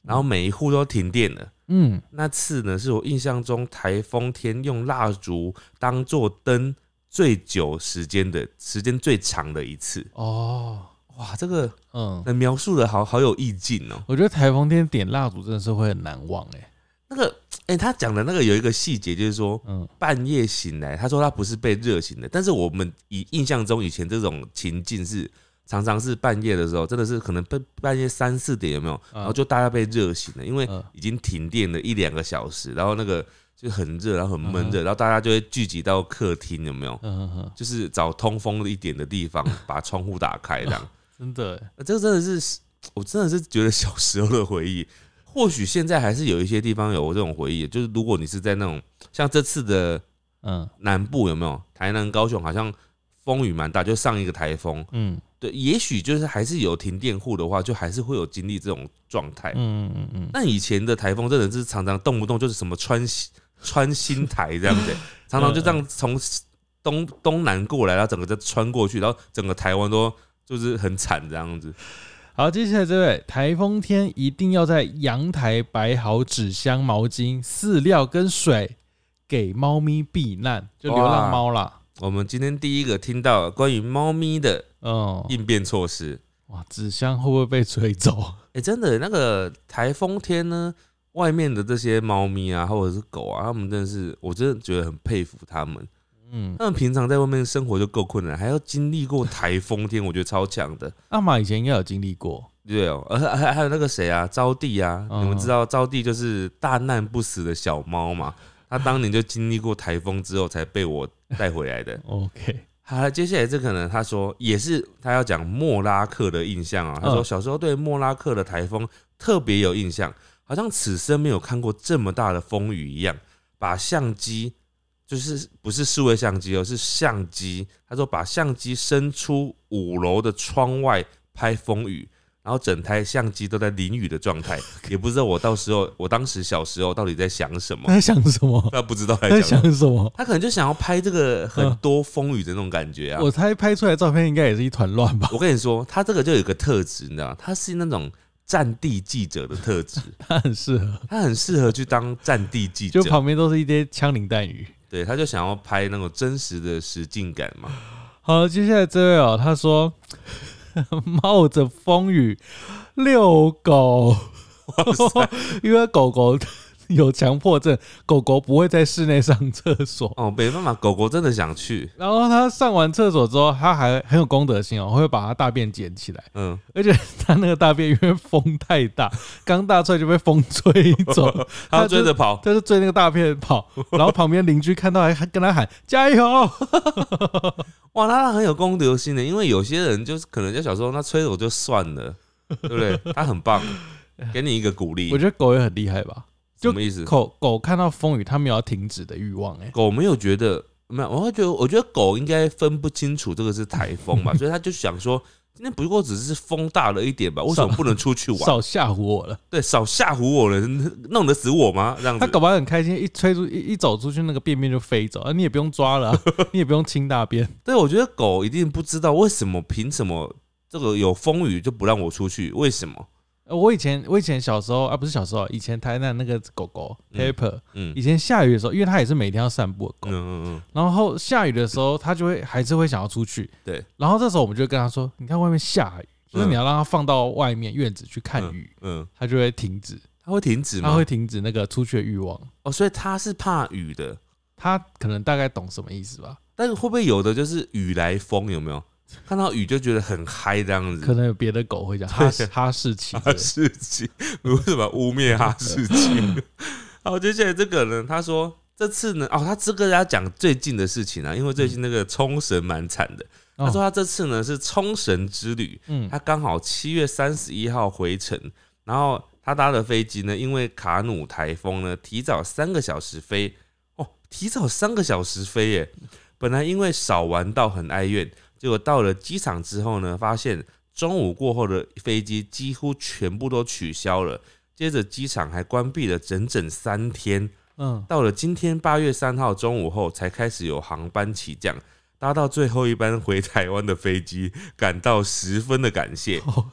S2: 然后每一户都停电了。
S1: 嗯，
S2: 那次呢，是我印象中台风天用蜡烛当做灯最久时间的时间最长的一次。
S1: 哦，
S2: 哇，这个
S1: 嗯，
S2: 能描述的好好有意境哦、
S1: 我觉得台风天点蜡烛真的是会很难忘、欸，哎，
S2: 那个，哎、他讲的那个有一个细节，就是说
S1: 嗯，
S2: 半夜醒来，他说他不是被热醒的，但是我们以印象中以前这种情境是。常常是半夜的时候，真的是可能半半夜三四点有没有？
S1: 嗯
S2: 然后就大家被热醒了，因为
S1: 嗯
S2: 已经停电了一两个小时，然后那个就很热，然后很闷热，然后大家就会聚集到客厅，有没有？
S1: 嗯嗯嗯，
S2: 就是找通风一点的地方，把窗户打开这样。呃
S1: 真的、欸。
S2: 那这个真的是，我真的是觉得小时候的回忆。或许现在还是有一些地方有这种回忆，就是如果你是在那种像这次的
S1: 嗯
S2: 南部有没有？台南、高雄好像风雨蛮大，就上一个台风，
S1: 嗯
S2: 对，也许就是还是有停电户的话，就还是会有经历这种状态。
S1: 嗯嗯嗯
S2: 那以前的台风真的是常常动不动就是什么穿西 穿新台这样子、常常就这样从东东南过来，然后整个就穿过去，然后整个台湾都就是很惨这样子。
S1: 嗯。好，接下来这位，台风天一定要在阳台摆好纸箱、毛巾、饲料跟水，给猫咪避难，就流浪猫啦。
S2: 我们今天第一个听到关于猫咪的
S1: 嗯，
S2: 应变措施，
S1: 哇，纸箱会不会被吹走？
S2: 哎、真的那个台风天呢，外面的这些猫咪啊，或者是狗啊，它们真的是，我真的觉得很佩服它们。
S1: 嗯，
S2: 它们平常在外面生活就够困难，还要经历过台风天，我觉得超强的。
S1: 阿玛以前应该有经历过。
S2: 对哦， 而还还有那个谁啊，招娣啊，
S1: 嗯
S2: 你们知道招娣就是大难不死的小猫嘛？它当年就经历过台风之后才被我带回来的。
S1: OK，
S2: 好了，接下来这个呢，他说也是他要讲莫拉克的印象啊。他说
S1: 嗯
S2: 小时候对莫拉克的台风特别有印象，好像此生没有看过这么大的风雨一样，把相机。就是不是数位相机哦，是相机。他说把相机伸出五楼的窗外拍风雨，然然后整台相机都在淋雨的状态，也不知道我到时候我当时小时候到底在想什么
S1: 他，在想什么？
S2: 他不知道
S1: 他
S2: 在
S1: 在
S2: 想什
S1: 想
S2: 么。
S1: 什么？
S2: 他可能就想要拍这个很
S1: 嗯
S2: 多风雨的那种感觉啊！
S1: 我猜拍出来的照片应该也是一团乱吧？
S2: 我跟你说，他这个就有一个特质，你知道吗，他是那种战地记者的特质，
S1: 他很适合，
S2: 他很适合去当战地记者
S1: 就。旁边都是一些枪林弹雨。
S2: 对，他就想要拍那种真实的实境感嘛。
S1: 好，接下来这位哦，他说 冒着风雨遛狗， 因为狗狗 有强迫症，狗狗不会在室内上厕所。
S2: 哦，没办法，狗狗真的想去，
S1: 然后他上完厕所之后，他还很有公德心哦，会把他大便捡起来，
S2: 嗯，
S1: 而且他那个大便因为风太大， 刚大出来就被风吹走，
S2: 他要
S1: 就
S2: 追着 跑，
S1: 他就追那个大便 跑，然后旁边邻居看到还还跟他喊加油，
S2: 哇，他很有公德心的，因为有些人就是可能就想说，那吹走就算了，对不对？他很 棒，给你一个鼓励
S1: 我。觉得狗也很厉害吧。就
S2: 什么意思？
S1: 狗狗看到风雨，它没有要停止的欲望、欸，
S2: 狗没有觉得没有，我会觉得，我觉得狗应该分不清楚这个是台风 吧，所以他就想说，今天不过只是风大了一点吧，为什么不能出去玩？
S1: 少吓唬我了。
S2: 对，少吓唬我了，弄得死我吗？这样
S1: 它
S2: 子
S1: 搞，不好很开心，一吹出一一走出去，那个便便就飞走，啊，你也不用抓 了啊、你也不用清大便。
S2: 对，我觉得狗一定不知道为什么，凭什么这个有风雨就不让我出去？为什么？
S1: 呃我以前我以前小时候啊，不是小时候，以前台南那个狗狗
S2: 嗯
S1: Pepper，、
S2: 嗯
S1: 以前下雨的时候，因为它也是每天要散步的狗，
S2: 嗯嗯嗯，
S1: 然后下雨的时候，它就会还是会想要出去。
S2: 对，
S1: 然后这时候我们就跟它说：“你看外面下雨，就是
S2: 嗯
S1: 你要让它放到外面院子去看雨，
S2: 嗯，
S1: 它就会停止，
S2: 它会停止
S1: 它
S2: 吗
S1: 会？停止那个出去的欲望。
S2: 哦，所以它是怕雨的，
S1: 它可能大概懂什么意思吧。”
S2: 但是会不会有的就是雨来风有没有？看到雨就觉得很嗨这样
S1: 可
S2: 子。
S1: 能有别的狗会讲哈士哈士奇之
S2: 哈
S1: 类的，
S2: 士奇，你为什么污蔑哈士奇？好，接下来这个呢，他说这次呢，哦，他这个要讲最近的事情啊，因为最近那个冲绳蛮惨的。
S1: 哦
S2: 他说他这次呢是冲绳之旅，
S1: 嗯
S2: 他刚好七月三十一号回程，然后他搭的飞机呢，因为卡努台风呢，提早三个小时飞，哦，提早三个小时飞耶！ 本来因为少玩到很哀怨，结果到了机场之后呢，发现中午过后的飞机几乎全部都取消了，接着机场还关闭了整整三天。
S1: 嗯，
S2: 到了今天八月三号中午后，才开始有航班起降，搭到最后一班回台湾的飞机，感到十分的感谢。
S1: 哦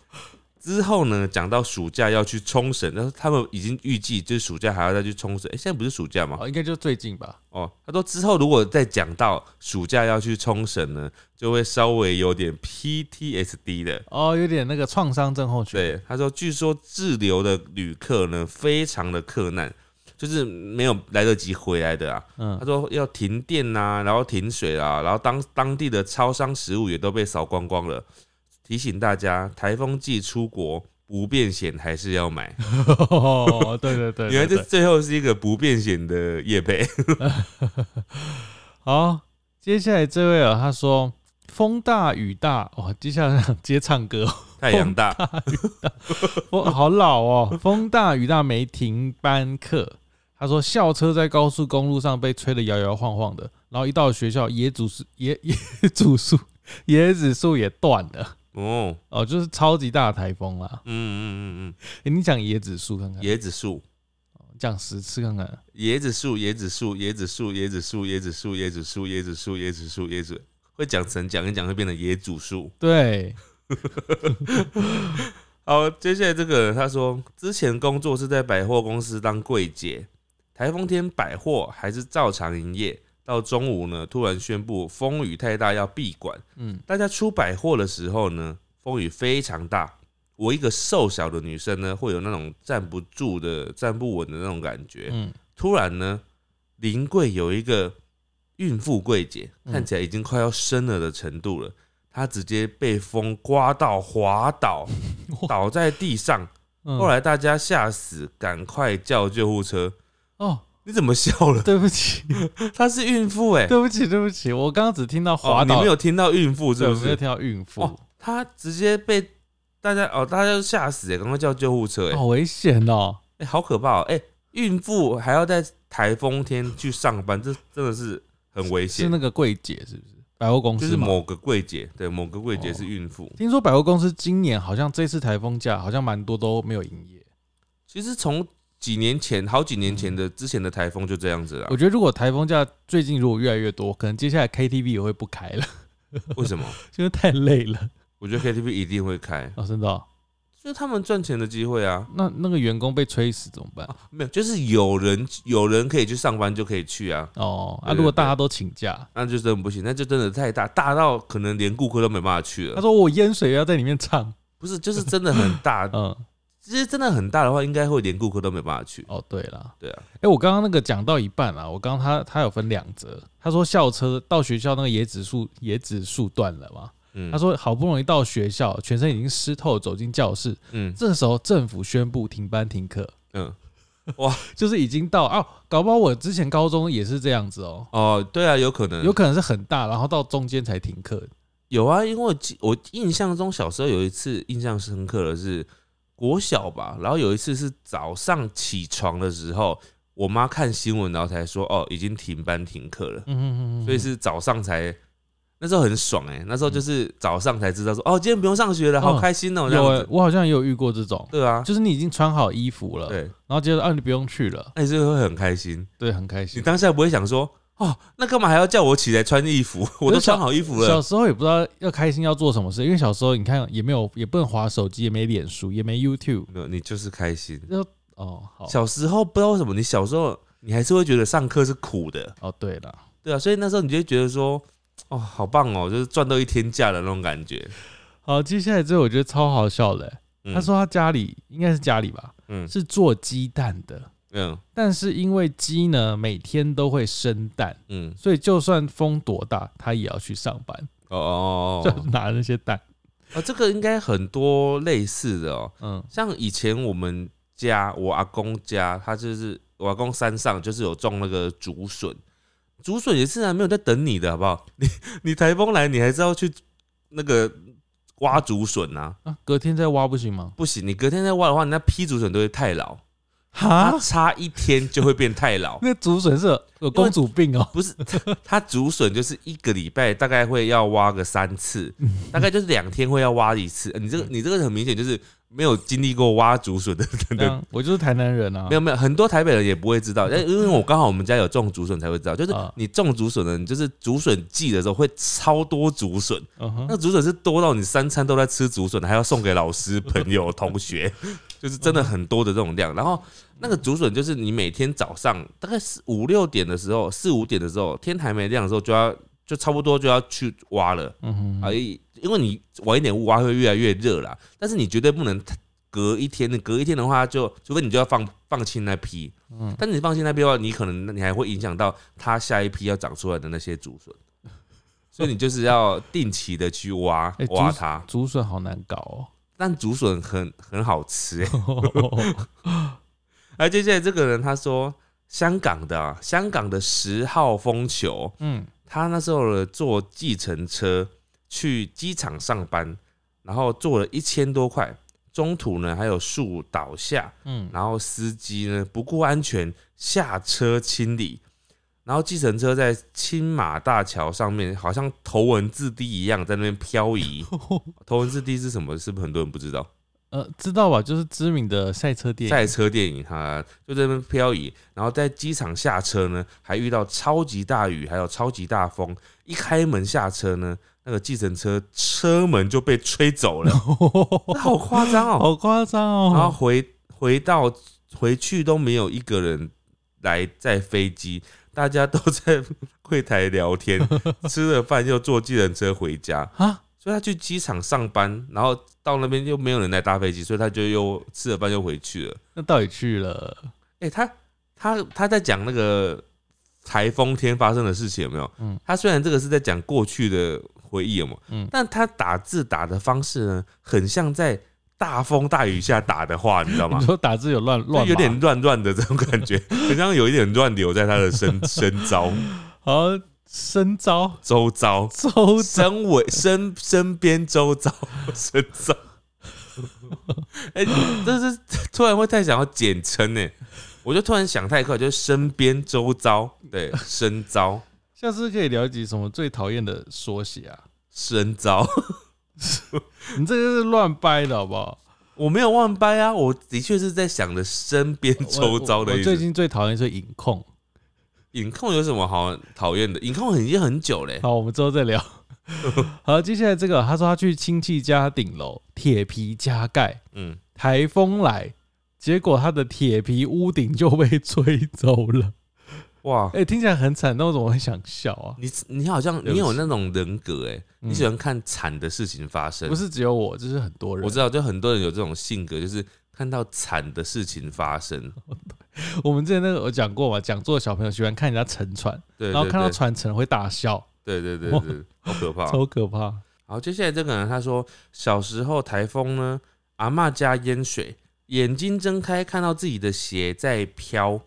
S2: 之后呢，讲到暑假要去冲绳，然后他们已经预计就是暑假还要再去冲绳。哎、现在不是暑假吗？
S1: 哦，应该就最近吧。
S2: 哦，他说之后如果再讲到暑假要去冲绳呢，就会稍微有点 PTSD 的。
S1: 哦，有点那个创伤症候群。
S2: 对，他说，据说滞留的旅客呢，非常的克难，就是没有来得及回来的啊。
S1: 嗯
S2: 他，说要停电呐、然后停水啦、然后当当地的超商食物也都被扫光光了。提醒大家，台风季出国不便险还是要买。
S1: 哦，对对 对，
S2: 原来
S1: 对
S2: 这
S1: 对
S2: 最后是一个不便险的业配。
S1: 好。接下来这位啊，他说风大雨大，哇，接下来想接唱歌哦，
S2: 太阳大，
S1: 风好老 哦，风大雨大没停班课。他说校车在高速公路上被吹得摇摇晃晃的，然后一到学校，椰子树 椰椰子树椰子树也断了。
S2: 哦，
S1: 哦，就是超级大的台风啦。
S2: 嗯嗯嗯
S1: 欸、你讲椰子树看看
S2: 嗯，，椰子树，
S1: 讲十次看看。
S2: 椰子树，椰子树，椰子树，椰子树，椰子树，椰子树，椰子树，椰子树，椰子，会讲成讲一讲会变成椰子树。
S1: 对，
S2: 好，接下来这个人他说，之前工作是在百货公司当柜姐，台风天百货还是照常营业，到中午呢突然宣布风雨太大要闭馆，
S1: 嗯，
S2: 大家出百货的时候呢，风雨非常大。我一个瘦小的女生呢，会有那种站不住的、站不稳的那种感觉。
S1: 嗯，
S2: 突然呢，临柜有一个孕妇柜姐，
S1: 嗯
S2: 看起来已经快要生了的程度了，她直接被风刮到滑 倒，倒在地上。
S1: 嗯
S2: 后来大家吓死，赶快叫救护车。
S1: 哦，
S2: 你怎么笑了？
S1: 对不 起，
S2: 她是孕妇哎、
S1: 对不起，对不起，我刚刚只听到
S2: 哦
S1: 滑倒，
S2: 你没有听到孕妇
S1: 对，
S2: 是不
S1: 我没有
S2: 是？
S1: 听到孕妇，
S2: 哦，她直接被大家哦，大家都吓死哎、赶快叫救护车哎、
S1: 好危险哦。
S2: 哎、好可怕哦、哎、孕妇还要在台风天去上班，这真的是很危
S1: 是
S2: 险。
S1: 那个柜姐是不是？哦百货公
S2: 就
S1: 司
S2: 是
S1: 嘛。
S2: 某个柜姐，对，某个柜姐是孕妇。
S1: 听说百货公司今年好像这次台风假好像蛮多都没有营业。
S2: 其实从几年前，好几年
S1: 嗯
S2: 前的之前的台风就这样子了
S1: 我。觉得如果台风假最近如果越来越多，可能接下来 KTV 也会不开了，
S2: 为什么？
S1: 因为太累了。
S2: 我觉得 KTV 一定会开，
S1: 哦，真的哦、
S2: 就是他们赚钱的机会啊。
S1: 那那个员工被吹死怎么办？
S2: 啊，没有，就是有人有人可以去上班就可以去啊，
S1: 哦，啊，
S2: 对
S1: 如果
S2: 对
S1: 大家都请假，
S2: 那就真的不行，那就真的太大，大到可能连顾客都没办法去
S1: 他
S2: 了。
S1: 说我淹水要在里面唱，，
S2: 不是，就是真的很大
S1: 嗯，
S2: 其实真的很大的话，应该会连顾客都没办法去。
S1: 哦，对了，
S2: 对啊，
S1: 哎、我刚刚那个讲到一半啊啦，我刚刚他他有分两则，他说校车到学校那个椰子树椰子树断了嘛，
S2: 嗯，
S1: 他，说好不容易到学校，全身已经湿透，走进教室，
S2: 嗯
S1: 这时候政府宣布停班停课，
S2: 嗯，
S1: 就是已经到啊，搞不好我之前高中也是这样子哦、
S2: 哦，对啊，有可能，
S1: 有可能是很大，然后到中间才停课，
S2: 有啊，因为我记我印象中小时候有一次印象深刻的是国小吧，然后有一次是早上起床的时候，我妈看新闻，然后才说哦，已经停班停课了，
S1: 嗯嗯嗯，
S2: 所以是早上才。那时候很爽哎、那时候就是早上才知道说哦，今天不用上学了，好
S1: 嗯
S2: 开心哦、这
S1: 有、
S2: 样
S1: 欸
S2: 子，，
S1: 我好像也有遇过这种，
S2: 对啊，
S1: 就是你已经穿好衣服了，
S2: 对，
S1: 然后接着啊你不用去了，
S2: 那你是不是会很开心。
S1: 对，很开心
S2: 你。当下不会想说哦，那干嘛还要叫我起来穿衣服？ 我都穿好衣服
S1: 小
S2: 了。
S1: 时候也不知道要开心要做什么事，因为小时候你看也没有也不能滑手机，也没脸书，也没 YouTube。
S2: 没有，你就是开心。
S1: 哦，好，
S2: 小时候不知道为什么，你小时候你还是会觉得上课是苦的，
S1: 哦对了，
S2: 对啊，所以那时候你就会觉得说，哦，好棒哦，就是赚到一天假的那种感觉。
S1: 好，接下来这个我觉得超好笑的欸、
S2: 嗯
S1: 他，说他家里应该是家里吧，
S2: 嗯
S1: 是做鸡蛋的，
S2: 嗯
S1: 但是因为鸡呢每天都会生蛋，
S2: 嗯，
S1: 所以就算风多大，他也要去上班，
S2: 哦哦
S1: 就
S2: 哦哦
S1: 拿那些蛋。
S2: 哦，这个应该很多类似的哦，
S1: 嗯，
S2: 像以前我们家，我阿公家，他就是我阿公山上就是有种那个竹笋，竹笋也是啊，没有在等你的好不好？ 你你台风来，你还是要去那个挖竹笋啊。
S1: 啊，隔天再挖不行吗？
S2: 不行，你隔天再挖的话，你那批竹笋都会太老，
S1: 哈
S2: 它，差一天就会变 太老。
S1: 那竹笋是有有公主病 哦、
S2: 不是，它竹笋就是一个礼拜大概会要挖个三次，大概就是两天会要挖一次。呃你这个你这个很明显就是没有经历过挖竹笋的人
S1: 这
S2: 的，
S1: 啊样我就是台南人啊
S2: 没，有没有，很多台北人也不会知道，但因为我刚好我们家有种竹笋才会知道，就是
S1: 啊
S2: 你种竹笋呢，你就是竹笋季的时候会超多竹笋，
S1: 嗯哼
S2: 那竹笋是多到你三餐都在吃竹笋，还要送给老师、朋友、同学， 就是真的很多的这种量。然后那个竹笋就是你每天早上大概四五六点的时候，四五点的时候，天还没亮的时候就要就差不多就要去挖了
S1: 嗯哼，
S2: 啊，因因为你晚一点挖会越来越热啦，但是你绝对不能隔一天，你隔一天的话就除非你就要放放弃那批，
S1: 嗯
S2: 但是你放弃那批的话，你可能你还会影响到它下一批要长出来的那些竹 笋，所以你就是要定期的去挖
S1: 哎
S2: 挖
S1: 竹
S2: 它。
S1: 竹笋好难搞哦、
S2: 但竹笋很很好吃、 欸，而接下来这个人他说香港的、啊、香港的十号风球，
S1: 嗯，
S2: 他那时候呢坐计程车去机场上班，然后坐了一千多块，中途呢还有树倒下，
S1: 嗯，
S2: 然后司机呢不顾安全下车清理，然后计程车在青马大桥上面好像头文字 D 一样在那边漂移。头文字 D 是什么？是不是很多人不知道？
S1: 呃，知道吧？就是知名的赛车店。
S2: 赛车电影哈，就在那边漂移，然后在机场下车呢，还遇到超级大雨，还有超级大风。一开门下车呢，那个计程车车门就被吹走了， 那好夸张 哦！
S1: 好夸张
S2: 然后
S1: 哦！
S2: 回回到回去都没有一个人来在飞机，大家都在柜台聊天，吃了饭又坐计程车回 家。
S1: 啊，
S2: 所以他去机场上班，然后到那边又没有人来搭飞机，所以他就又吃了饭又回去了。
S1: 那到底去了？
S2: 哎、他他他在讲那个台风天发生的事情有没有？
S1: 嗯
S2: 他虽然这个是在讲过去的回忆有没有？
S1: 嗯
S2: 但他打字打的方式呢，很像在大风大雨下打的话，你知道吗
S1: 你？说打字有乱
S2: 就
S1: 乱码
S2: 有点乱乱的这种感觉， 很像有一点乱流在他的身身招、
S1: 好深招
S2: 周遭、
S1: 周遭
S2: 身尾、身身边、周遭、 身遭。哎、这是突然会太想要简欸称呢、我就突然想太快，就是身边、周遭，对，身遭。
S1: 下次可以聊一集什么最讨厌的缩写啊？
S2: 深造，
S1: 你这个是乱掰的好不 好？
S2: 我没有忘掰啊，我的确是在想着身边周遭
S1: 我
S2: 的
S1: 我
S2: 意
S1: 最
S2: 思。
S1: 近最讨厌是影控。已
S2: 影控有什么好讨厌的？影控已经很久嘞、
S1: 好，我们之后再 聊。好，接下来这个，他说他去亲戚家顶楼，铁皮加盖，
S2: 嗯，
S1: 台风来，结果他的铁皮屋顶就被吹走了。
S2: 哇，
S1: 哎、听起来很惨，但我怎么会想笑啊？
S2: 你你好像
S1: 对不起
S2: 你有那种人格哎、
S1: 嗯
S2: 你喜欢看惨的事情发生。
S1: 不是只有我，就是很多人。
S2: 我知道，就很多人有这种性格，就是看到惨的事情发生，
S1: 我们之前那个有讲过嘛，讲座的小朋友喜欢看人家沉船，
S2: 对，
S1: 然后
S2: 对
S1: 看到
S2: 对
S1: 船沉会大笑，
S2: 对对对对，啊好可怕。
S1: 超可怕。
S2: 好，接下来这个人他说，小时候台风呢，阿嬷家淹水，眼睛睁开看到自己的鞋在飘，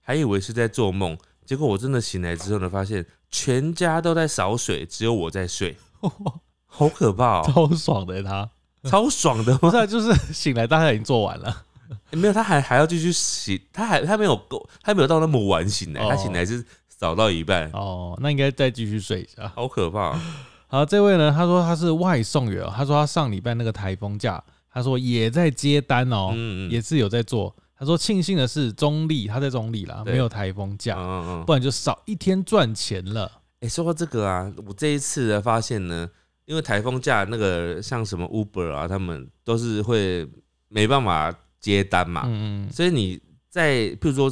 S2: 还以为是在做梦，结果我真的醒来之后呢，发现全家都在扫水，只有我在 睡，好可怕哦、
S1: 超爽的欸他，
S2: 超爽 的
S1: 不
S2: 吗？
S1: 是、啊、就是醒来大家已经做完了，
S2: 欸没有，他还还要继续醒，他还他没有够，他没有到那么晚醒来，
S1: 哦
S2: 他醒来是扫到一半，
S1: 哦，那应该再继续睡一下。
S2: 好可怕哦、
S1: 好，这位呢，他说他是外送员哦，他说他上礼拜那个台风假，他说也在接单哦，
S2: 嗯
S1: 也是有在做。他说庆幸的是中立，他在中立啦，
S2: 对
S1: 没有台风假，
S2: 嗯嗯
S1: 不然就少一天赚钱了。
S2: 哎、说到这个啊，我这一次的发现呢，因为台风假那个像什么 Uber 啊，他们都是会没办法接单嘛，
S1: 嗯嗯
S2: 所以你在譬如说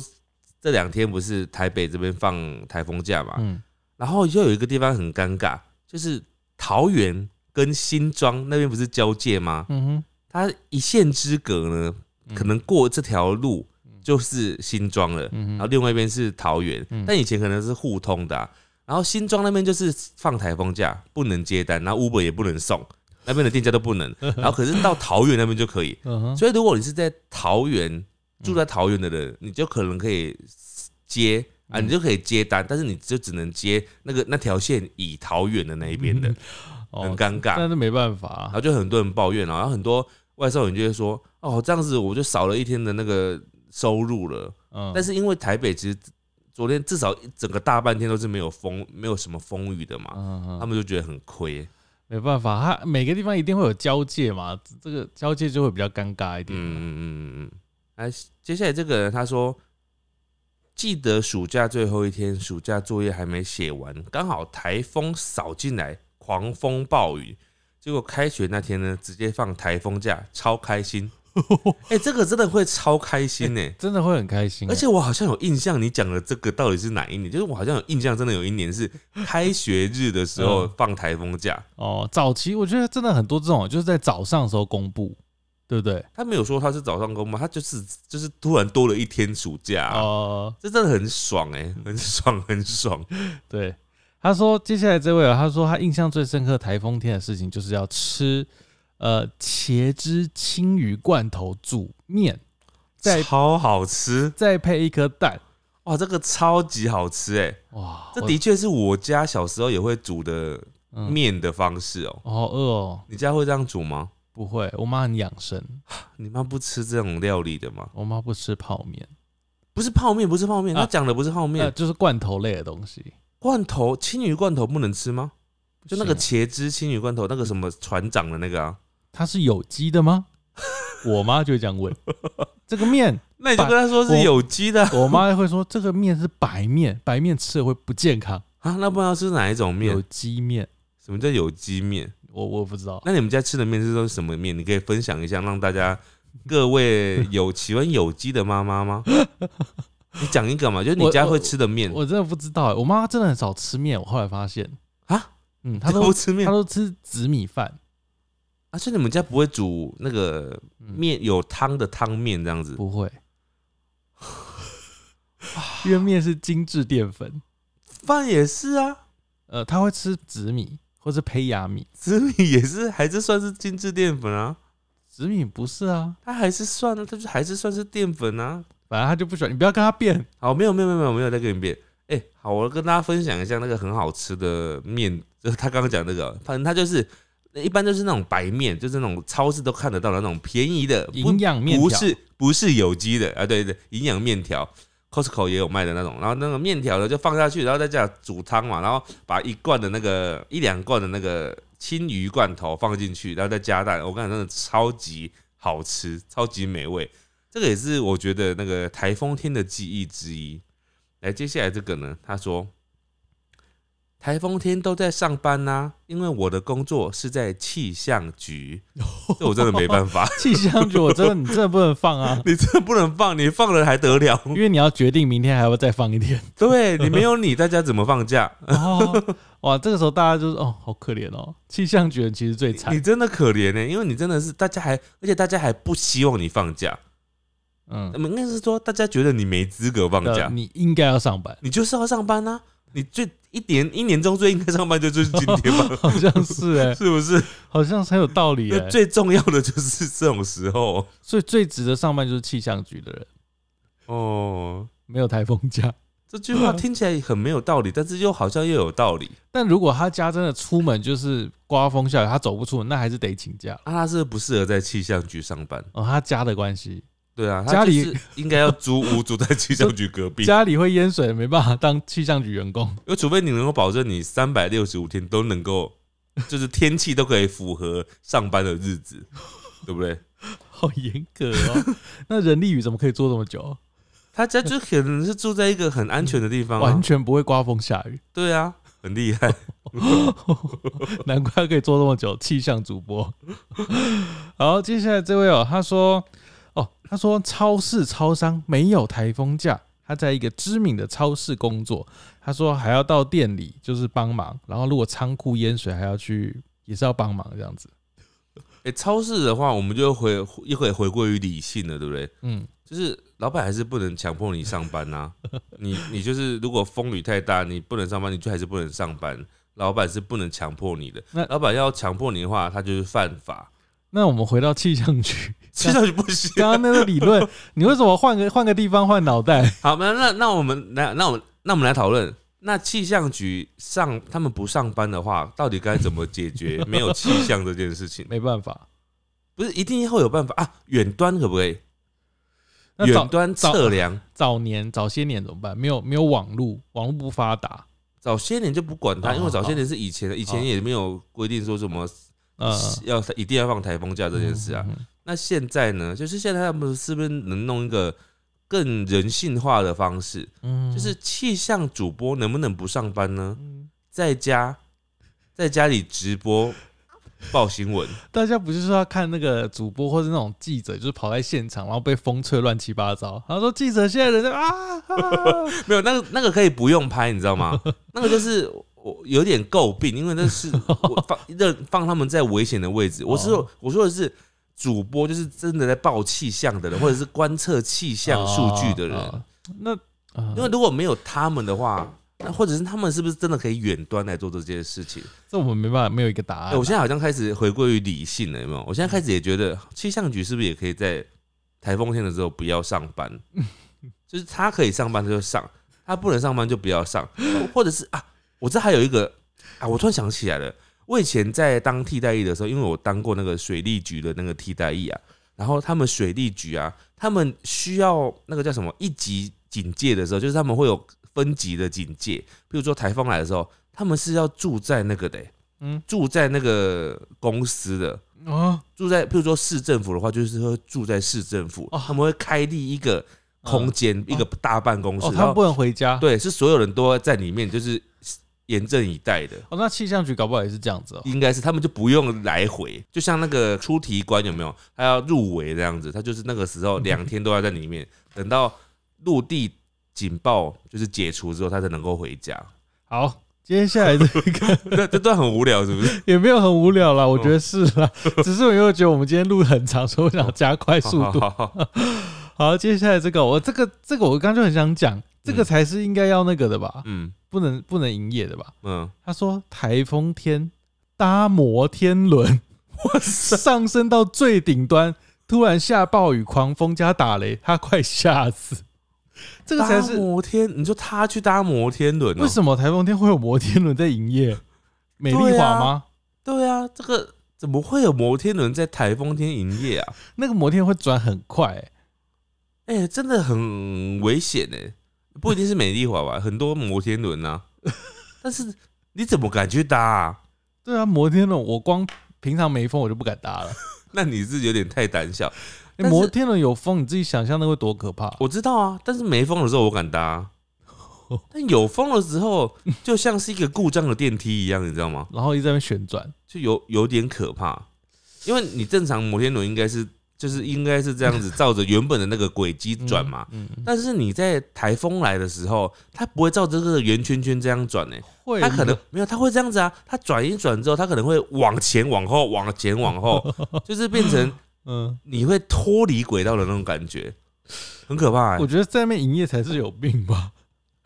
S2: 这两天不是台北这边放台风假嘛，
S1: 嗯，
S2: 然后又有一个地方很尴尬，就是桃园跟新庄那边不是交界吗？
S1: 嗯哼，
S2: 它一线之隔呢，
S1: 嗯
S2: 可能过这条路就是新庄了。
S1: 嗯
S2: 然后
S1: 哼，
S2: 另外一边是桃园，
S1: 嗯
S2: 但以前可能是互通的啊、然后新庄那边就是放台风假，不能接单，然后 Uber 也不能送，那边的店家都 不能。然后可是到桃园那边就可以，
S1: 嗯哼，嗯
S2: 所以如果你是在桃园住在桃园的人，你就可能可以接啊，
S1: 嗯
S2: 你就可以接单，但是你就只能接那个那条线以桃园的那一边的，很
S1: 哦，
S2: 尴尬。
S1: 但是没办法啊
S2: 然后，就很多人抱怨，然后很多外送员就会说：“哦，这样子我就少了一天的那个收入了。”
S1: 嗯，
S2: 但是因为台北其实昨天至少一整个大半天都是没有风，没有什么风雨的嘛，
S1: 嗯
S2: 啊他
S1: 嗯，
S2: 们就觉得很亏。
S1: 没办法，他每个地方一定会有交界嘛，这个交界就会比较尴尬一
S2: 嗯
S1: 点。啊
S2: 嗯嗯嗯嗯。哎，接下来这个人他说，记得暑假最后一天，暑假作业还没写完，刚好台风扫进来，狂风暴雨。结果开学那天呢，直接放台风假，超开心。 哎、这个真的会超开心呢、
S1: 真的会很开心欸、
S2: 而且我好像有印象，你讲的这个到底是哪一年？就是我好像有印象，真的有一年是开学日的时候
S1: 嗯
S2: 放台风假，
S1: 哦，早期我觉得真的很多这种，就是在早上的时候公布，对不对？
S2: 他没有说他是早上公布，他就是就是突然多了一天暑假、啊
S1: 哦、
S2: 这真的很爽哎、很爽很爽。
S1: 对。他说，接下来这位啊，他说他印象最深刻台风天的事情就是要吃呃茄汁青鱼罐头煮面， 再
S2: 超好吃
S1: 再配一颗蛋，
S2: 哇，这个超级好吃哎、
S1: 哇，
S2: 这
S1: 我
S2: 的确是我家小时候也会煮的
S1: 嗯
S2: 面的方式哦、
S1: 我好饿哦，
S2: 你家会这样煮吗？
S1: 不会，我妈很养生，
S2: 你妈不吃这种料理的吗？
S1: 我妈不吃泡面，
S2: 不是泡面，不是泡面，
S1: 啊
S2: 他讲的不是泡面，
S1: 呃，就是罐头类的东西，
S2: 罐头青鱼罐头不能吃吗？就那个
S1: 不行
S2: 茄汁青鱼罐头，那个什么船长的那个啊，
S1: 它是有机的 吗？我妈就会这样问，这个面
S2: 那你就跟他说是有机的啊
S1: 我妈会说这个面是白面，白面吃了会不健康。
S2: 啊，那不知道是哪一种
S1: 有
S2: 面？
S1: 机面，
S2: 什么叫有机面？
S1: 我我不知道。
S2: 那你们家吃的面是都是什么面？你可以分享一下，让大家各位有喜欢有机的妈妈 吗？你讲一个嘛，就是你家会吃的面
S1: 我真的不知道欸、我妈真的很少吃面。我后来发现，
S2: 啊，
S1: 嗯， 她
S2: 他不
S1: 都
S2: 吃
S1: 她
S2: 面
S1: 都吃紫米饭，
S2: 啊，所以你们家不会煮那个
S1: 嗯
S2: 面有汤的汤面这样子，
S1: 不 会，因为面是精致淀粉。
S2: 饭也是啊，
S1: 呃，她会吃紫米或是胚芽米，
S2: 紫米也是，还是算是精致淀粉啊。
S1: 紫米不是啊，
S2: 它还是算了，它就还是算是淀粉啊。
S1: 反正她就不喜欢。你不要跟她辩。
S2: 好，没有没有没有没有没有再跟你变。哎、好，我跟大家分享一下那个很好吃的面，就是他刚刚讲那个，反正它就是一般就是那种白面，就是那种超市都看得到的那种便宜的，不
S1: 营养面
S2: 不
S1: 条
S2: 是不是有机的啊，对对，营养面条。 Costco 也有卖的那种，然后那个面条的就放下去，然后再加煮汤嘛，然后把一罐的那个一两罐的那个青鱼罐头放进去，然后再加蛋，我感觉真的超级好吃，超级美味。这个也是我觉得那个台风天的记忆之一。来，接下来这个呢，他说台风天都在上班呐、因为我的工作是在气象局， 这我真的没办法，，
S1: 气象局，我真的你真的不能放啊
S2: 你这不能放，你放了还得了？
S1: 因为你要决定明天还要再放一天。
S2: 对你没有你，大家怎么放假？
S1: 哦，哇，这个时候大家就是哦，好可怜哦，气象局人其实最
S2: 你
S1: 惨。
S2: 真的可怜呢、欸因为你真的是大家还，而且大家还不希望你放假，
S1: 嗯
S2: 那，么应该是说大家觉得你没资格放假，
S1: 呃你应该要上班，，
S2: 你就是要上班啊！你最一年一年中最应该上班就就是今天吧
S1: 好像是哎、
S2: 是不 是？
S1: 好像是很有道理哎、
S2: 那最重要的就是这种时候
S1: 所以最值得上班就是气象局的人，
S2: 哦。
S1: 没有台风假。
S2: 这句 话听起来很没有道理，但是又好像又有道理。
S1: 但如果他家真的出门就是刮风下雨，他走不出门，那还是得请假
S2: 阿拉啊是不适合在气象局上班，
S1: 哦。他家的关系，
S2: 对啊，他
S1: 家里
S2: 就是应该要租屋住在气象局隔 壁，
S1: 家里会淹水，没办法当气象局员工。
S2: 因为除非你能够保证你三百六十五天都能够， 就是天气都可以符合上班的 日子，对不对？
S1: 好严格 哦，那人力雨怎么可以做这么久？
S2: 他家就可能是住在一个很安全的地方、
S1: 完
S2: 啊，
S1: 全不会刮风下雨，
S2: 对啊，很厉害。
S1: 难怪可以做这么久，气象主播。 好，接下来这位哦，他说，哦，他说超市超商没有台风假，他在一个知名的超市工作，他说还要到店里就是帮忙，然后如果仓库淹水还要去，也是要帮忙这样子。
S2: 诶，超市的话，我们就回一会回归于理性了，对不对？
S1: 嗯，
S2: 就是老板还是不能强迫你上班呐、你你就是如果风雨太大，你不能上班，你就还是不能上班。老板是不能强迫你的，
S1: 那
S2: 老板要强迫你的话，他就是犯法。
S1: 那我们回到气象局，
S2: 气象局不行，
S1: 刚刚那个理论，你为什么换个换个地方换脑袋？
S2: 好，那那那我们来，那我们那我们来讨论，那气象局上他们不上班的话，到底该怎么解决没有气象这件事情？
S1: 没办 法，
S2: 不是一定会有办法啊？远端可不可以？
S1: 那早
S2: 远端
S1: 早
S2: 测量，
S1: 早年早些年怎么办？没有没有网络，网络不发达，
S2: 早些年就不管它，
S1: 哦
S2: 因为早
S1: 好
S2: 些年是以前的，以前
S1: 好
S2: 也没有规定说什么
S1: 呃，
S2: 要一定要放台风假这件事啊。
S1: 嗯，嗯嗯
S2: 那现在呢，就是现在他们是不是能弄一个更人性化的方式？
S1: 嗯
S2: 就是气象主播能不能不上班呢？
S1: 嗯
S2: 在家在家里直播报新闻，
S1: 大家不是说要看那个主播或者那种记者，就是跑在现场，然后被风吹乱七八糟。然后说记者现在人在啊，啊
S2: 没有那个那个可以不用拍，你知道 吗？那个就是我有点诟病，因为那是我 放让放他们在危险的位置。我是说我说的是。主播就是真的在报气象的人，或者是观测气象数据的人，
S1: 哦哦那啊
S2: 因为如果没有他们的话，那或者是他们是不是真的可以远端来做这件事情？
S1: 这我们没办法，没有一个答案
S2: 哎、
S1: 啊。
S2: 我现在好像开始回归于理性了，有没有？我现在开始也觉得气象局是不是也可以在台风天的时候不要上班？就是他可以上班就上，他不能上班就不要上，或者是啊，我这还有一个啊，我突然想起来了，我以前在当替代役的时候，因为我当过那个水利局的那个替代役啊，然后他们水利局啊，他们需要那个叫什么一级警戒的时候，就是他们会有分级的警戒，比如说台风来的时候，他们是要住在那个的、欸
S1: 嗯
S2: 住在那个公司的，
S1: 啊，
S2: 住在譬如说市政府的话，就是会住在市政府，
S1: 哦嗯
S2: 他们会开立一个空间，一个大办公室，
S1: 哦，他
S2: 然
S1: 们
S2: 后
S1: 不能回家。
S2: 对，是所有人都在里面，就是严阵以待的。
S1: 哦，那气象局搞不好也是这样子哦。
S2: 应该是他们就不用来回，就像那个出题官有没有？他要入围这样子，他就是那个时候
S1: 嗯
S2: 两天都要在里面，等到陆地警报就是解除之后，他才能够回家。
S1: 好，接下来这个
S2: 那这段很无聊，是不是？
S1: 也没有很无 聊啦，我觉得是啦，只是我又觉得我们今天录得很长，所以我想加快速度。
S2: 哦好好好
S1: 好，接下来这个，我这个这个我刚刚就很想讲，这个才是应该要那个的吧，
S2: 嗯
S1: 不能不能营业的吧？
S2: 嗯，
S1: 他说台风天搭摩天 轮，哇塞，上升到最顶端，突然下暴雨、狂风加打雷，他快吓死。这个才
S2: 搭
S1: 是
S2: 摩天，你说他去搭摩天轮、哦？
S1: 为什么台风天会有摩天轮在营业？美丽
S2: 对
S1: 华
S2: 啊
S1: 吗？
S2: 对啊，这个怎么会有摩天轮在台风天营业 啊？
S1: 那个摩天轮会转很快、欸，
S2: 哎、真的很危险哎、不一定是美丽华吧，很多摩天轮啊。 但是你怎么敢去搭、啊？
S1: 对啊，摩天轮我光平常没风我就不敢 搭了。
S2: 那你是有点太胆小。
S1: 欸
S2: 但是
S1: 摩天轮有风，你自己想象那会多可怕？
S2: 我知道啊，但是没风的时候我敢搭 啊、但有风的时候，就像是一个故障的电梯一样，你知道吗？
S1: 然后一直在那边旋转，
S2: 就有有点可怕，因为你正常摩天轮应该是就是应该是 这样子照着原本的那个轨迹转嘛，
S1: 嗯，嗯
S2: 但是你在台风来的时候，它不会照着这个圆圈圈这样转呢、
S1: 会
S2: 它可能没有，它会这样子啊，它转一转之后，它可能会往前、往后、往前、往 后，就是变成
S1: 嗯，
S2: 你会脱离轨道的那种感觉，很可怕、
S1: 我
S2: 欸，
S1: 觉得在那边营业才是有病吧，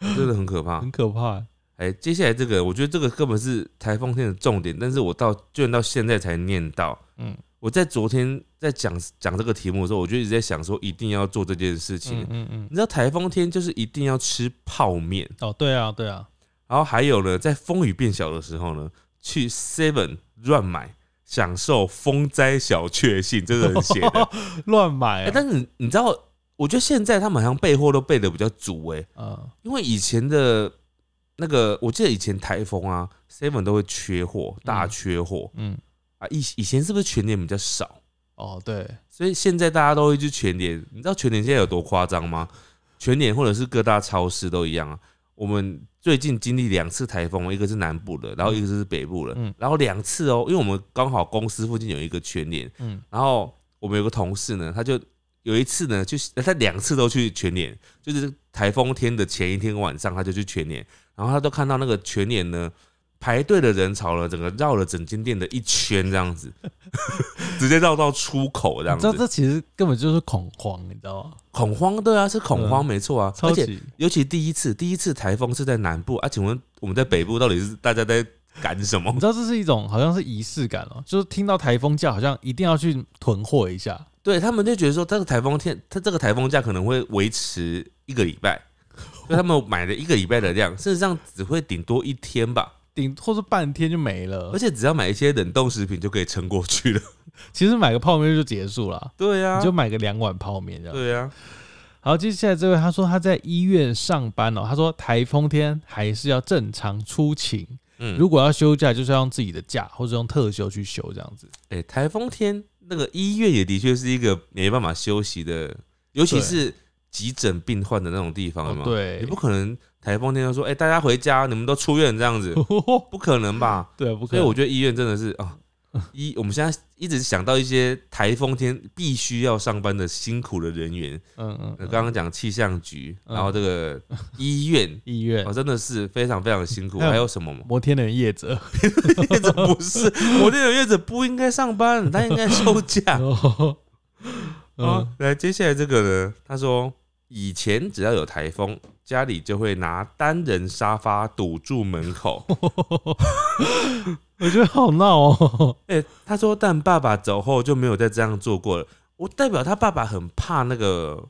S2: 真的很可怕。
S1: 很可怕欸。
S2: 哎、接下来这个，我觉得这个根本是台风天的重点，但是我到居然到现在才念到。
S1: 嗯
S2: 我在昨天在讲讲这个题目的时候，我就一直在想说，一定要做这件事
S1: 嗯
S2: 情。
S1: 嗯嗯，
S2: 你知道台风天就是一定要吃泡面，
S1: 哦，对啊对啊，
S2: 然后还有呢，在风雨变小的时候呢，去 Seven 乱买，享受风灾小确幸，这个很写的。
S1: 乱买
S2: 哎、
S1: 啊，
S2: 但是你你知道，我觉得现在他们好像备货都备的比较足哎、
S1: 嗯
S2: 因为以前的那个，我记得以前台风啊，Seven 都会缺货，大缺货、
S1: 嗯，
S2: 啊。以以前是不是全年比较少？
S1: 哦对，
S2: 所以现在大家都会去全年，你知道全年现在有多夸张吗？全年或者是各大超市都一样啊。我们最近经历两次台风，一个是南部的，然后一个是北部的，
S1: 嗯
S2: 然后两次哦，因为我们刚好公司附近有一个全年，
S1: 嗯
S2: 然后我们有个同事呢，他就有一次呢，去他两次都去全联，就是台风天的前一天晚上，他就去全联，然后他都看到那个全联呢排队的人潮了，整个绕了整间店的一圈这样子， 直接绕到出口这样
S1: 你知道
S2: 子，
S1: 这其实根本就是恐慌，你知道吗？
S2: 恐慌对啊，是恐慌
S1: 嗯
S2: 没错啊，
S1: 超
S2: 而且
S1: 级
S2: 尤其第一次，第一次台风是在南部啊，请问我们在北部到底是大家在赶什么
S1: 你？知道这是一种好像是仪式感哦，就是听到台风假，好像一定要去囤货一下。
S2: 对他们就觉得说，这个台风天，它这个台风假可能会维持一个礼拜，所以他们买了一个礼拜的 量，事实上只会顶多一天吧。
S1: 顶或是半天就没了
S2: 而，且只要买一些冷冻食品就可以撑过去了。
S1: 其实买个泡面就结束了，
S2: 对呀、
S1: 你就买个两碗泡面这样。
S2: 对啊呀、
S1: 好，接下来这位他说他在医院上班哦，他说台风天还是要正常出勤，
S2: 嗯，
S1: 如果要休假就是要用自己的假或者用特休去休这样子。
S2: 哎、台风天那个医院也的确是一个没办法休息的，尤其
S1: 对
S2: 是急诊病患的那种地方
S1: 哦
S2: 嘛。，
S1: 对
S2: 嗯你，不可能台风天就说，哎、大家回家，你们都出院这样子，不可能吧？
S1: 对，嗯不可
S2: 所以
S1: 能。嗯
S2: 我觉得医院真的是啊，医我们现在 一直想到一些台风天必须要上班的辛苦的人员，
S1: 嗯嗯
S2: 呃
S1: 嗯，
S2: 刚刚讲气象局，
S1: 嗯嗯
S2: 然后这个医院，
S1: 医院
S2: 哦，真的是非常非常辛苦。
S1: 还有
S2: 还有什么吗？
S1: 摩天轮业 者，
S2: 月子不是，我这个月子不应该 上班，他应该休假
S1: 嗯
S2: 啊。来，接下来这个呢，他说以前只要有台风，家里就会拿单人沙发堵住门口。
S1: 我觉得好闹哦。
S2: 哎、他说，但爸爸走后就没有再这样做过了。我代表他爸爸很怕那个，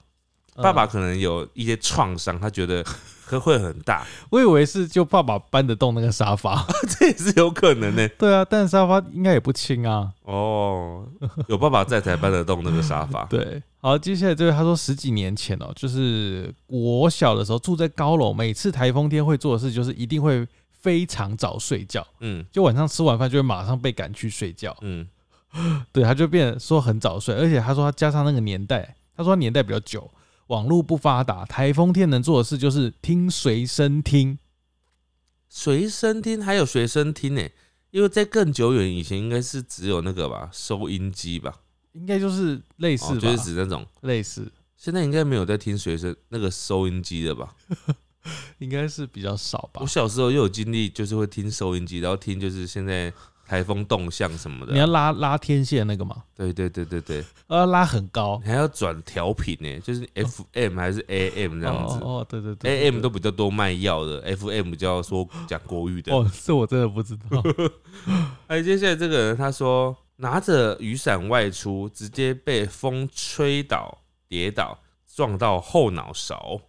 S2: 爸爸
S1: 嗯，
S2: 可能有一些创伤，他觉得 可会很大，
S1: 我以为是就爸爸搬得动那个沙发，
S2: 这也是有可能呢、
S1: 对啊，但沙发应该也不轻啊。
S2: 哦，有爸爸在才搬得动那个沙 发。
S1: 对，好，接下来这位他说十几年前哦、就是我小的时候住在高楼，每次台风天会做的事就是一定会非常早睡觉，
S2: 嗯
S1: 就晚上吃完饭就会马上被赶去睡觉。
S2: 嗯，
S1: 对，他就变得说很早睡，而且他说他加上那个年代，他说他年代比较久，网络不发达，台风天能做的事就是听随身听。
S2: 随身听还有随身听呢、因为在更久远以前，应该是只有那个吧，收音机吧，
S1: 应该就是类似
S2: 哦，
S1: 吧，
S2: 就是指那种。
S1: 类似，
S2: 现在应该没有在听随身那个收音机的吧？
S1: 应该是比较少吧
S2: 我。小时候也有经历，就是会听收音机，然后听就是现在台风动向什么
S1: 你要
S2: 的。
S1: 拉拉天线那个吗？
S2: 对对对对对，
S1: 呃，拉很高
S2: 你，还要转调频呢，就是 FM 还是 AM 这样
S1: 哦
S2: 子。哎
S1: 哦哦，对对对对
S2: AM 都比较多卖药的，FM 比较说讲国语的。
S1: 哦，这我真的不知 道。
S2: 哎，接下来这个人他说拿着雨伞外出，直接被风吹倒、跌倒，撞到后脑勺，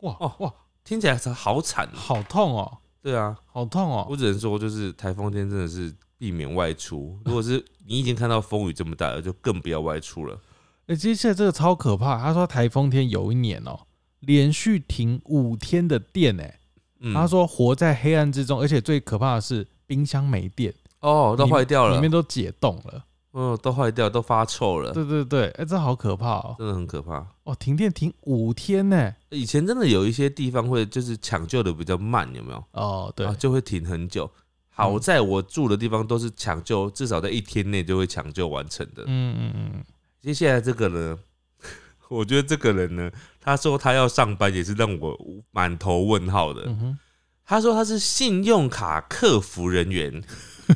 S1: 哇
S2: 哦
S1: 哇，
S2: 听起来是好惨哦。
S1: 好痛哦，
S2: 对啊，
S1: 好痛哦。
S2: 我只能说，就是台风天真的是避免外出。如果是 你已经看到风雨这么大了，就更不要外出了。
S1: 哎、接下来这个超可怕。他说台风天有一年哦，连续停五天的电、欸，
S2: 嗯，
S1: 他说活在黑暗之中，而且最可怕的是冰箱没电，
S2: 哦，都坏掉
S1: 里
S2: 了，呃
S1: 面都解冻了。
S2: 嗯，都坏掉，都发臭了，
S1: 对对对，哎、这好可怕哦！
S2: 真的很可怕。
S1: 哦，停电停五天呢、
S2: 以前真的有一些地方会就是抢救的比较慢，有没有？
S1: 哦，对，嗯
S2: 啊就会停很久。好在我住的地方都是抢救，至少在一天内就会抢救完成的。
S1: 嗯嗯嗯，
S2: 接下来这个呢， 我觉得这个人呢，他说他要上班也是让我满头问号的。
S1: 嗯哼，
S2: 他说他是信用卡客服人员，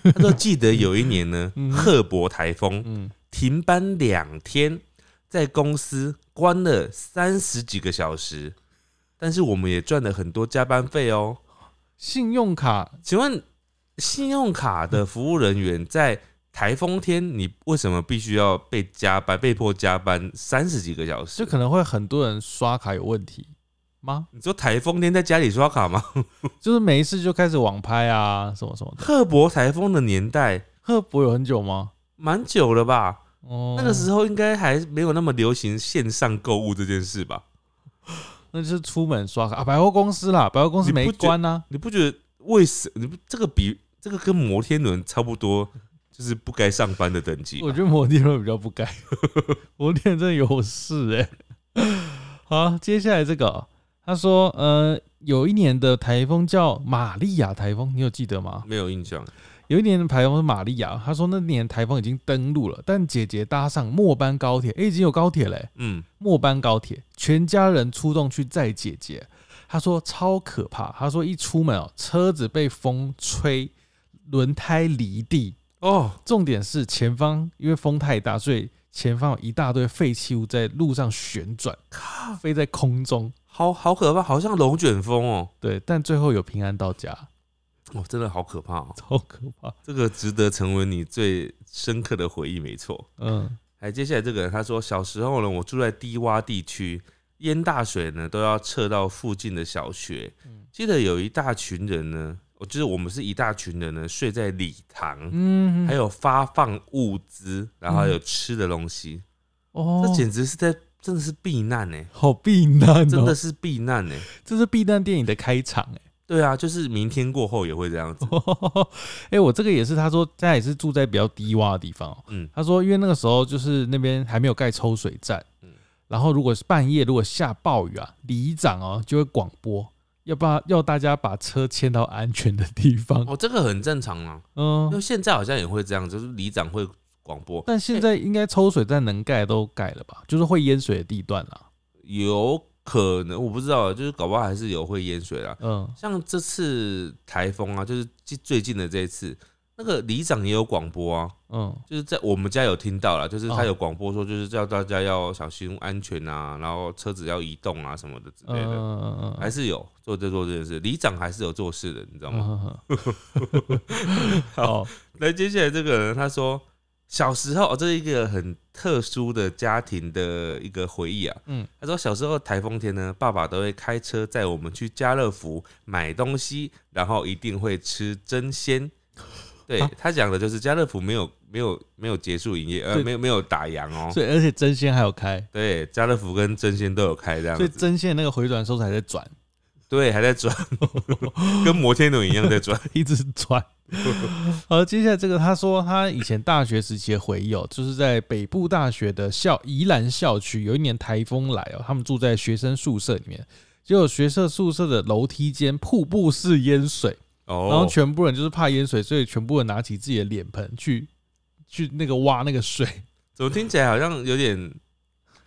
S2: 他说记得有一年呢
S1: 嗯，
S2: 赫伯台风
S1: 嗯，
S2: 停班两天，在公司关了三十几个小时，但是我们也赚了很多加班费哦。
S1: 信用卡
S2: 请问，信用卡的服务人员在台风天，你为什么必须要被加班、被迫加班三十几个小时
S1: 就？可能会很多人刷卡有问题吗？
S2: 你说台风天在家里刷卡吗？
S1: 就是没事就开始网拍啊，什么什么的。
S2: 赫伯台风的年代
S1: 赫伯有很久吗？
S2: 蛮久了吧？
S1: 哦，
S2: 那个时候应该还没有那么流行线上购物这件事吧？
S1: 那就是出门刷卡啊，百货公司啦，百货公司
S2: 你不
S1: 没
S2: 觉
S1: 关啊。
S2: 你不觉得为什你不这个比这个跟摩天轮差不多，就是不该上班的等级吧？
S1: 我觉得摩天轮比较不该， 摩天轮真的有事哎、好，接下来这个，他说，呃，有一年的台风叫玛利亚台风，你有记得吗？
S2: 没有印象，
S1: 有一年的台风是玛利亚，他说那年台风已经登陆了，但姐姐搭上末班高铁，诶、已经有高铁嘞、
S2: 嗯，
S1: 末班高铁，全家人出动去载姐姐。他说超可怕，他说一出门哦，车子被风吹，轮胎离地，
S2: 哦，
S1: 重点是前方因为风太大，所以前方有一大堆废弃物在路上旋转，飞在空中。
S2: 好好可怕，好像龙卷风哦，
S1: 对，但最后有平安到家，
S2: 哦，真的好可怕哦，
S1: 超可怕。
S2: 这个值得成为你最深刻的回忆，没错。
S1: 嗯，
S2: 哎，接下来这个人他说，小时候呢，我住在低洼地区，淹大水呢都要撤到附近的小学。
S1: 嗯
S2: 记得有一大群人呢，哦，就是我们是一大群人呢，睡在礼堂，
S1: 嗯，
S2: 还有发放物资，然后还有吃的东西，
S1: 哦，
S2: 这简直是在真的是避难呢、欸
S1: 好避难、哦，
S2: 真的是避难呢、
S1: 这是避难电影的开场哎、
S2: 对啊，就是明天过后也会这样
S1: 哦
S2: 子。
S1: 哎、我这个也是，他说家也是住在比较低洼的地方、哦。
S2: 嗯
S1: 他说因为那个时候就是那边还没有盖抽水站，
S2: 嗯
S1: 然后如果是半夜如果下暴雨啊，里长哦就会广播，要把要大家把车迁到安全的地方。
S2: 哦，这个很正常啊，因为
S1: 嗯，
S2: 现在好像也会这样，就是里长会广播，
S1: 但现在应该抽水站能盖都盖了吧？就是会淹水的地段啦。
S2: 有可能我不知道，啊就是搞不好还是有会淹水啊啦。
S1: 嗯，
S2: 像这次台风啊，就是最最近的这一次，那个里长也有广播啊，
S1: 嗯，
S2: 就是在我们家有听到啦，就是他
S1: 哦
S2: 有广播说，就是叫大家要小心安全啊，然后车子要移动啊什么的之
S1: 嗯
S2: 类的，
S1: 嗯嗯
S2: 还是有做这做这件事，里长还是有做事的，你知道吗？
S1: 嗯嗯 嗯 好，
S2: 来，接下来这个人他说，小时候、哦、这是一个很特殊的家庭的一个回忆啊。
S1: 嗯
S2: 嗯，他说小时候台风天呢，爸爸都会开车载我们去家乐福买东西，然后一定会吃真鲜。对、
S1: 啊
S2: 他讲的就是家乐福没有没有没有结束营业，呃，
S1: 对
S2: 没有没有打烊哦。
S1: 所以而且真仙还有开，
S2: 对，家乐福跟真鲜都有开这样
S1: 所以
S2: 子，
S1: 真仙那个回转收拾还在转。
S2: 对，还 在转，跟摩天轮一样在转。
S1: 一直转。好，接下来这个，他说他以前大学时期的回忆哦，就是在北部大学的校宜兰校区，有一年台风来哦，他们住在学生宿舍里面，结果学生宿舍的楼梯间瀑布式淹水，然后
S2: 哦，
S1: 全部人就是怕淹水，所以全部人拿起自己的脸盆去去那个挖那个水，
S2: 怎么听起来好像有点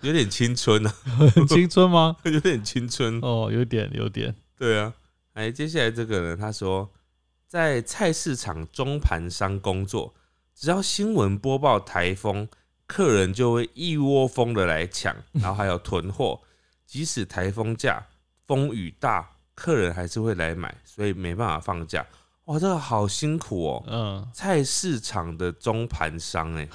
S2: 有点青春啊，
S1: 很青春吗？
S2: 有点青春。
S1: 哦，有点有点，
S2: 对啊，哎，接下来这个人他说，在菜市场中盘商工作，只要新闻播报台风，客人就会一窝蜂的来抢，然后还有囤货，即使台风假、风雨大，客人还是会来买，所以没办法放假。哇，这个好辛苦哦！
S1: 嗯，
S2: 菜市场的中盘商、哎，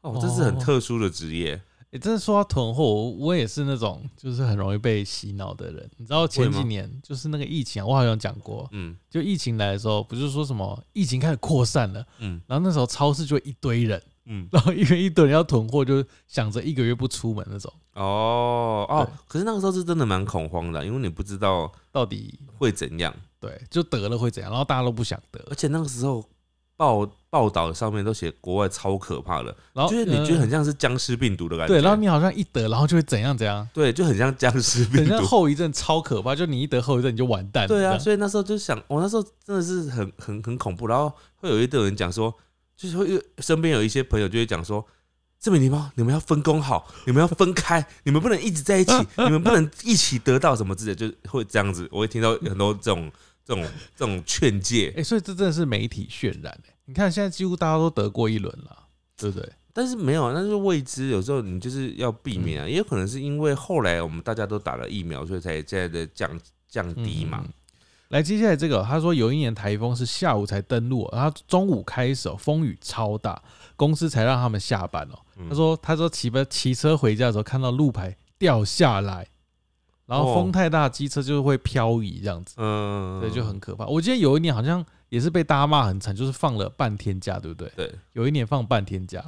S2: 哦，这是很特殊的职业。
S1: 欸，真的说到囤货，我我也是那种就是很容易被洗脑的人。你知道前几
S2: 会吗
S1: 年就是那个疫情啊、我好像有讲过，
S2: 嗯
S1: 就疫情来的时候，不是说什么疫情开始扩散了，
S2: 嗯，
S1: 然后那时候超市就一堆人，
S2: 嗯，
S1: 然后因为一堆人要囤货，就想着一个月不出门那种，
S2: 哦哦
S1: 对，
S2: 可是那个时候是真的蛮恐慌的，因为你不知道
S1: 到底
S2: 会怎样，
S1: 对就得了会怎样，然后大家都不想得，
S2: 而且那个时候报报道上面都写国外超可怕的，
S1: 然后
S2: 就是你觉得
S1: 呃
S2: 很像是僵尸病毒的感觉，
S1: 对，然后你好像一得，然后就会怎样怎样，
S2: 对就很像僵尸病
S1: 等下
S2: 毒。
S1: 后遗症超可怕，就你一得后遗症你就完蛋了。
S2: 对啊，
S1: 这样
S2: 所以那时候就想，我那时候真的是很很很恐怖，然后会有一堆人讲说，就是会有身边有一些朋友就会讲说，这美你们你们要分工好，你们要分开，你们不能一 直在一起，你们不能一起得到什么之类，就是会这样子。我会听到很多这种这种这种劝诫
S1: 哎、，所以这真的是媒体渲染、欸、你看现在几乎大家都得过一轮了，对不对？
S2: 但是没有啊，那就是未知，有时候你就是要避免啊，
S1: 嗯
S2: 也有可能是因为后来我们大家都打了疫苗，所以才现在的降降低嘛。
S1: 嗯来，接下来这个，他说有一年台风是下午才登陆哦，然后中午开始、哦，风雨超大，公司才让他们下班哦。
S2: 嗯
S1: 他说，他说骑吧骑车回家的时候看到路牌掉下来，然后
S2: 哦
S1: 风太大，机车就会漂移这样子，
S2: 嗯，
S1: 对，就很可怕。我记得有一年好像也是被大家骂很惨，就是放了半天假，对不对？
S2: 对。
S1: 有一年放半天假，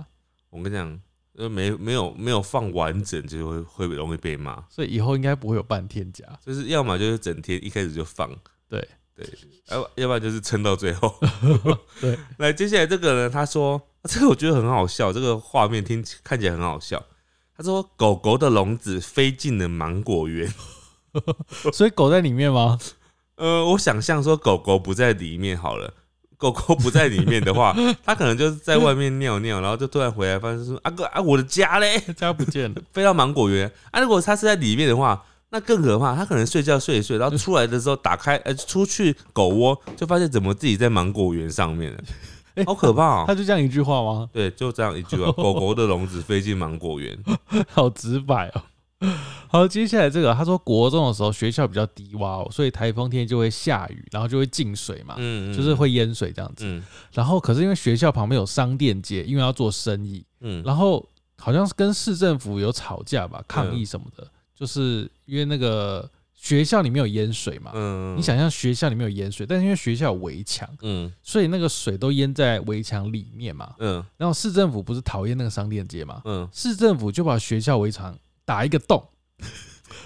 S2: 我跟你讲，呃，没没有没有放完整，就会会容易被骂。
S1: 所以以后应该不会有半天假。
S2: 就是要么就是整天一开始就放，
S1: 对
S2: 对，要要不然就是撑到最后。
S1: 对，
S2: 来，接下来这个呢，他说啊这个我觉得很好笑，这个画面听起看起来很好笑。他说狗狗的笼子飞进了芒果园。
S1: 所以狗在里面吗？
S2: 呃，我想象说狗狗不在里面好了。狗狗不在里面 的话，它可能就是在外面尿尿，然后就突然回来，发现说：“啊哥啊，我的家嘞！”
S1: 家不见了，
S2: 飞到芒果园啊！如果它是在里面的话，那更可怕。它可能睡觉睡一睡，然后出来的时候打开，呃，出去狗窝就发现怎么自己在芒果园上面
S1: 哎
S2: 了，好可怕 哦！
S1: 他就这样一句话吗？
S2: 对，就这样一句话：狗狗的笼子飞进芒果 园。
S1: 好直白哦。好，接下来这个，他说国中的时候学校比较低洼、哦，所以台风天就会下雨，然后就会进水嘛，
S2: 嗯，嗯
S1: 就是，会淹水这样子。
S2: 嗯
S1: 然后可是因为学校旁边有商店街，因为要做生意，
S2: 嗯，
S1: 然后好像是跟市政府有吵架吧，
S2: 嗯
S1: 抗议什么的，就是因为那个学校里面有淹水嘛。
S2: 嗯，
S1: 你，想象学校里面有淹水，但是因为学校有围墙，
S2: 嗯
S1: 所以那个水都淹在围墙里面嘛。
S2: 嗯
S1: 然后市政府不是讨厌那个商店街吗？
S2: 嗯，
S1: 市政府就把学校围墙打一个洞，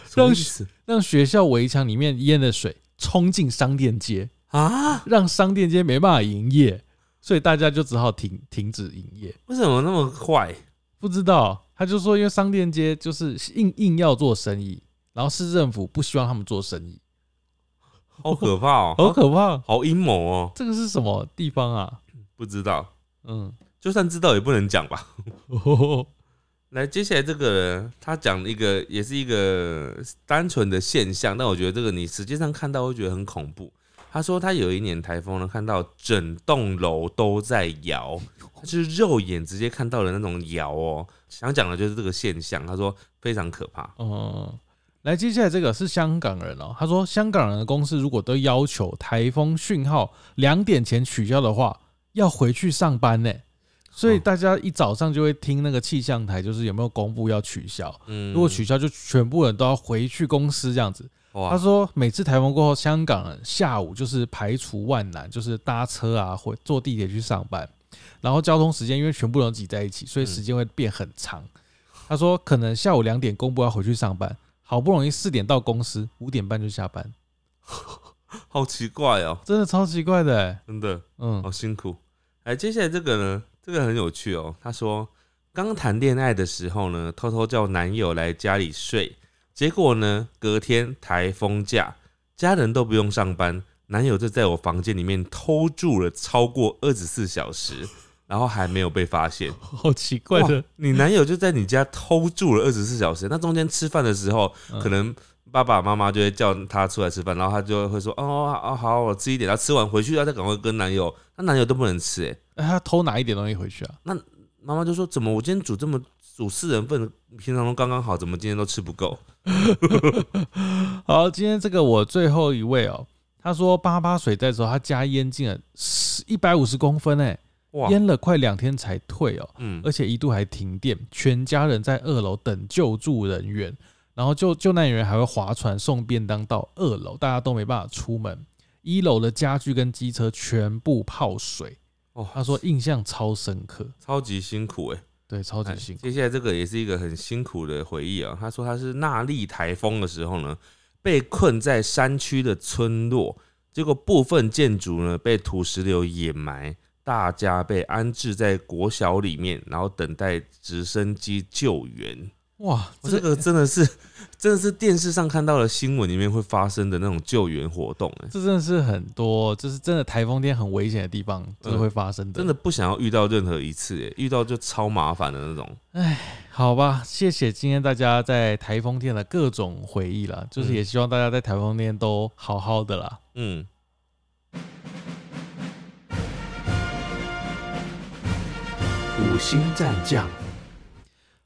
S2: 什么意思
S1: 让学校围墙里面淹的水冲进商店街，
S2: 啊？
S1: 让商店街没办法营业，所以大家就只好停停止营业。
S2: 为什么那么坏？
S1: 不知道，他就说因为商店街就是硬硬要做生意，然后市政府不希望他们做生意，
S2: 好可怕哦！
S1: 好可怕。
S2: 好阴谋哦！
S1: 这个是什么地方啊？
S2: 不知道，
S1: 嗯，
S2: 就算知道也不能讲吧。
S1: 哦，
S2: 来，接下来这个人他讲了一个，也是一个单纯的现象，但我觉得这个你实际上看到会觉得很恐怖。他说他有一年台风呢，看到整栋楼都在摇，他就是肉眼直接看到的那种摇哦。想讲的就是这个现象，他说非常可怕。
S1: 嗯，来，接下来这个是香港人哦，他说香港人的公司如果都要求台风讯号两点前取消的话，要回去上班呢。所以
S2: 哦
S1: 大家一早上就会听那个气象台，就是有没有公布要取消。
S2: 嗯，
S1: 如果取消，就全部人都要回去公司这样子。他
S2: 哇，
S1: 说，每次台风过后，香港人下午就是排除万难，就是搭车啊，或坐地铁去上班，然后交通时间因为全部人都挤在一起，所以时间会变很长。
S2: 嗯
S1: 他说，可能下午两点公布要回去上班，好不容易四点到公司，五点半就下班，
S2: 好奇怪哦，
S1: 真的超奇怪的、欸。
S2: 真的
S1: 嗯
S2: 好辛苦。哎，接下来这个呢，这个很有趣哦。他说，刚谈恋爱的时候呢，偷偷叫男友来家里睡，结果呢，隔天台风假，家人都不用上班，男友就在我房间里面偷住了超过二十四小时，然后还没有被发现。
S1: 好奇怪的
S2: 哇，你男友就在你家偷住了二十四小时，那中间吃饭的时候，
S1: 嗯
S2: 可能爸爸妈妈就会叫他出来吃饭，然后他就会说：“哦哦好，我吃一点。”然后吃完回去要再赶快跟男友，那男友都不能吃、欸，
S1: 哎他偷拿一点东西回去啊？
S2: 妈妈就说：“怎么我今天煮这么煮四人份，平常都刚刚好，怎么今天都吃不够
S1: 好，今天这个我最后一位哦，他说八八水灾的时候，他家淹进了一百五十公分、欸，？”
S2: 哇，
S1: 淹了快两天才退哦。
S2: 嗯，
S1: 而且一度还停电，全家人在二楼等救助人员，然后救救难人员还会划船送便当到二楼，大家都没办法出门。一楼的家具跟机车全部泡水，
S2: 哦，
S1: 他说印象超深刻，
S2: 超级辛苦哎、
S1: 对，超级
S2: 哎
S1: 辛苦。
S2: 接下来这个也是一个很辛苦的回忆啊。他说他是纳莉台风的时候呢，被困在山区的村落，结果部分建筑呢被土石流掩埋，大家被安置在国小里面，然后等待直升机救援。
S1: 哇，
S2: 这个真的是， 真的是电视上看到的新闻里面会发生的那种救援活动、哎，
S1: 这真的是很多，就是真的台风天很危险的地方，就是会发生的。
S2: 嗯真的，不想要遇到任何一次、哎，遇到就超麻烦的那种。
S1: 好吧，谢谢今天大家在台风天的各种回忆啦，就是
S2: 嗯
S1: 也希望大家在台风天都好好的啦。
S2: 嗯，
S3: 五星战 将，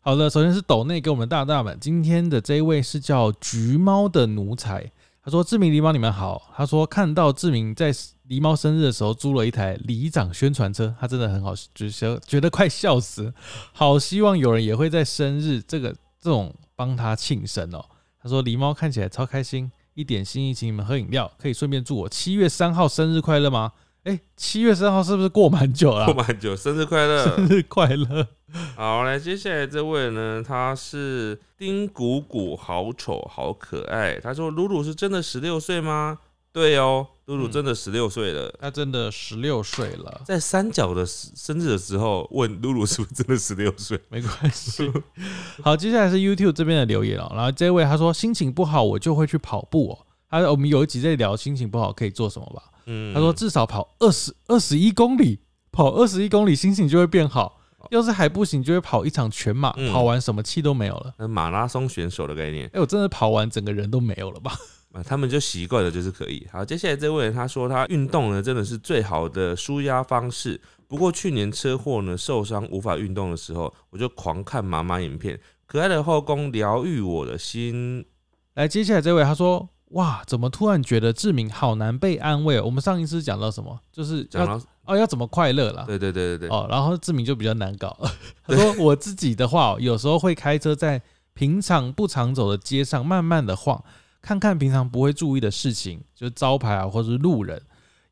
S1: 好的，首先是斗内给我们的大大们，今天的这一位是叫橘猫的奴才，他说：“志明狸猫你们好。”他说看到志明在狸猫生日的时候租了一台里长宣传车，他真的很好，觉得觉得快笑死，好希望有人也会在生日这个这种帮他庆生哦。他说狸猫看起来超开心，一点心意请你们喝饮料，可以顺便祝我七月三号生日快乐吗？哎，七月三号是不是过蛮久了、啊
S2: 过蛮久，生日快乐！
S1: 生日快乐！
S2: 好，来，接下来这位呢，他是丁谷谷，好丑，好可爱。他说：“露露是真的十六岁吗？”对哦，露露真的十六岁了。
S1: 他真的十六岁了。
S2: 在三角的时生日的时候，问露露是不是真的十六岁？
S1: 没关系。 好，接下来是 YouTube 这边的留言哦。然后这位他说心情不好我就会去跑步哦。他我们有一集在聊心情不好可以做什么吧？
S2: 嗯，
S1: 他说至少跑二十二十一公里，跑二十一公里心情就会变好。要是还不行，就会跑一场全马，
S2: 哦嗯
S1: 跑完什么气都没有了。
S2: 那马拉松选手的概念，
S1: 哎、我真的跑完整个人都没有了吧？
S2: 啊，他们就习惯了，就是可以。好，接下来这位他说他运动呢真的是最好的舒压方式。不过去年车祸呢受伤无法运动的时候，我就狂看妈妈影片，可爱的后宫疗愈我的心。
S1: 来，接下来这位他说：“哇，怎么突然觉得志明好难被安慰、哦？我们上一次讲到什么？就是
S2: 讲
S1: 要
S2: 到
S1: 哦要怎么快乐啦？
S2: 对对对对对，
S1: 哦，然后志明就比较难搞。 他说我自己的话哦、有时候会开车在平常不常走的街上慢慢的晃，看看平常不会注意的事情，就是招牌啊或者是路人。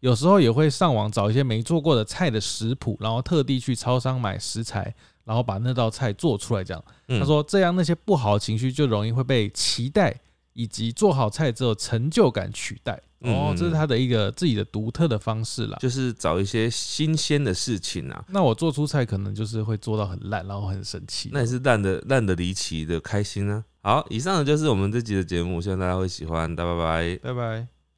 S1: 有时候也会上网找一些没做过的菜的食谱，然后特地去超商买食材，然后把那道菜做出来。这样，
S2: 嗯
S1: 他说这样那些不好的情绪就容易会被期待以及做好菜之后成就感取代。哦，
S2: 嗯
S1: 这是他的一个自己的独特的方式啦。
S2: 就是找一些新鲜的事情啊，
S1: 那我做出菜可能就是会做到很烂，然后很生气。
S2: 那也是烂的烂的离奇的开心啊。好，以上呢就是我们这集的节目，希望大家会喜欢，大家拜
S1: 拜
S2: 拜。
S1: 拜。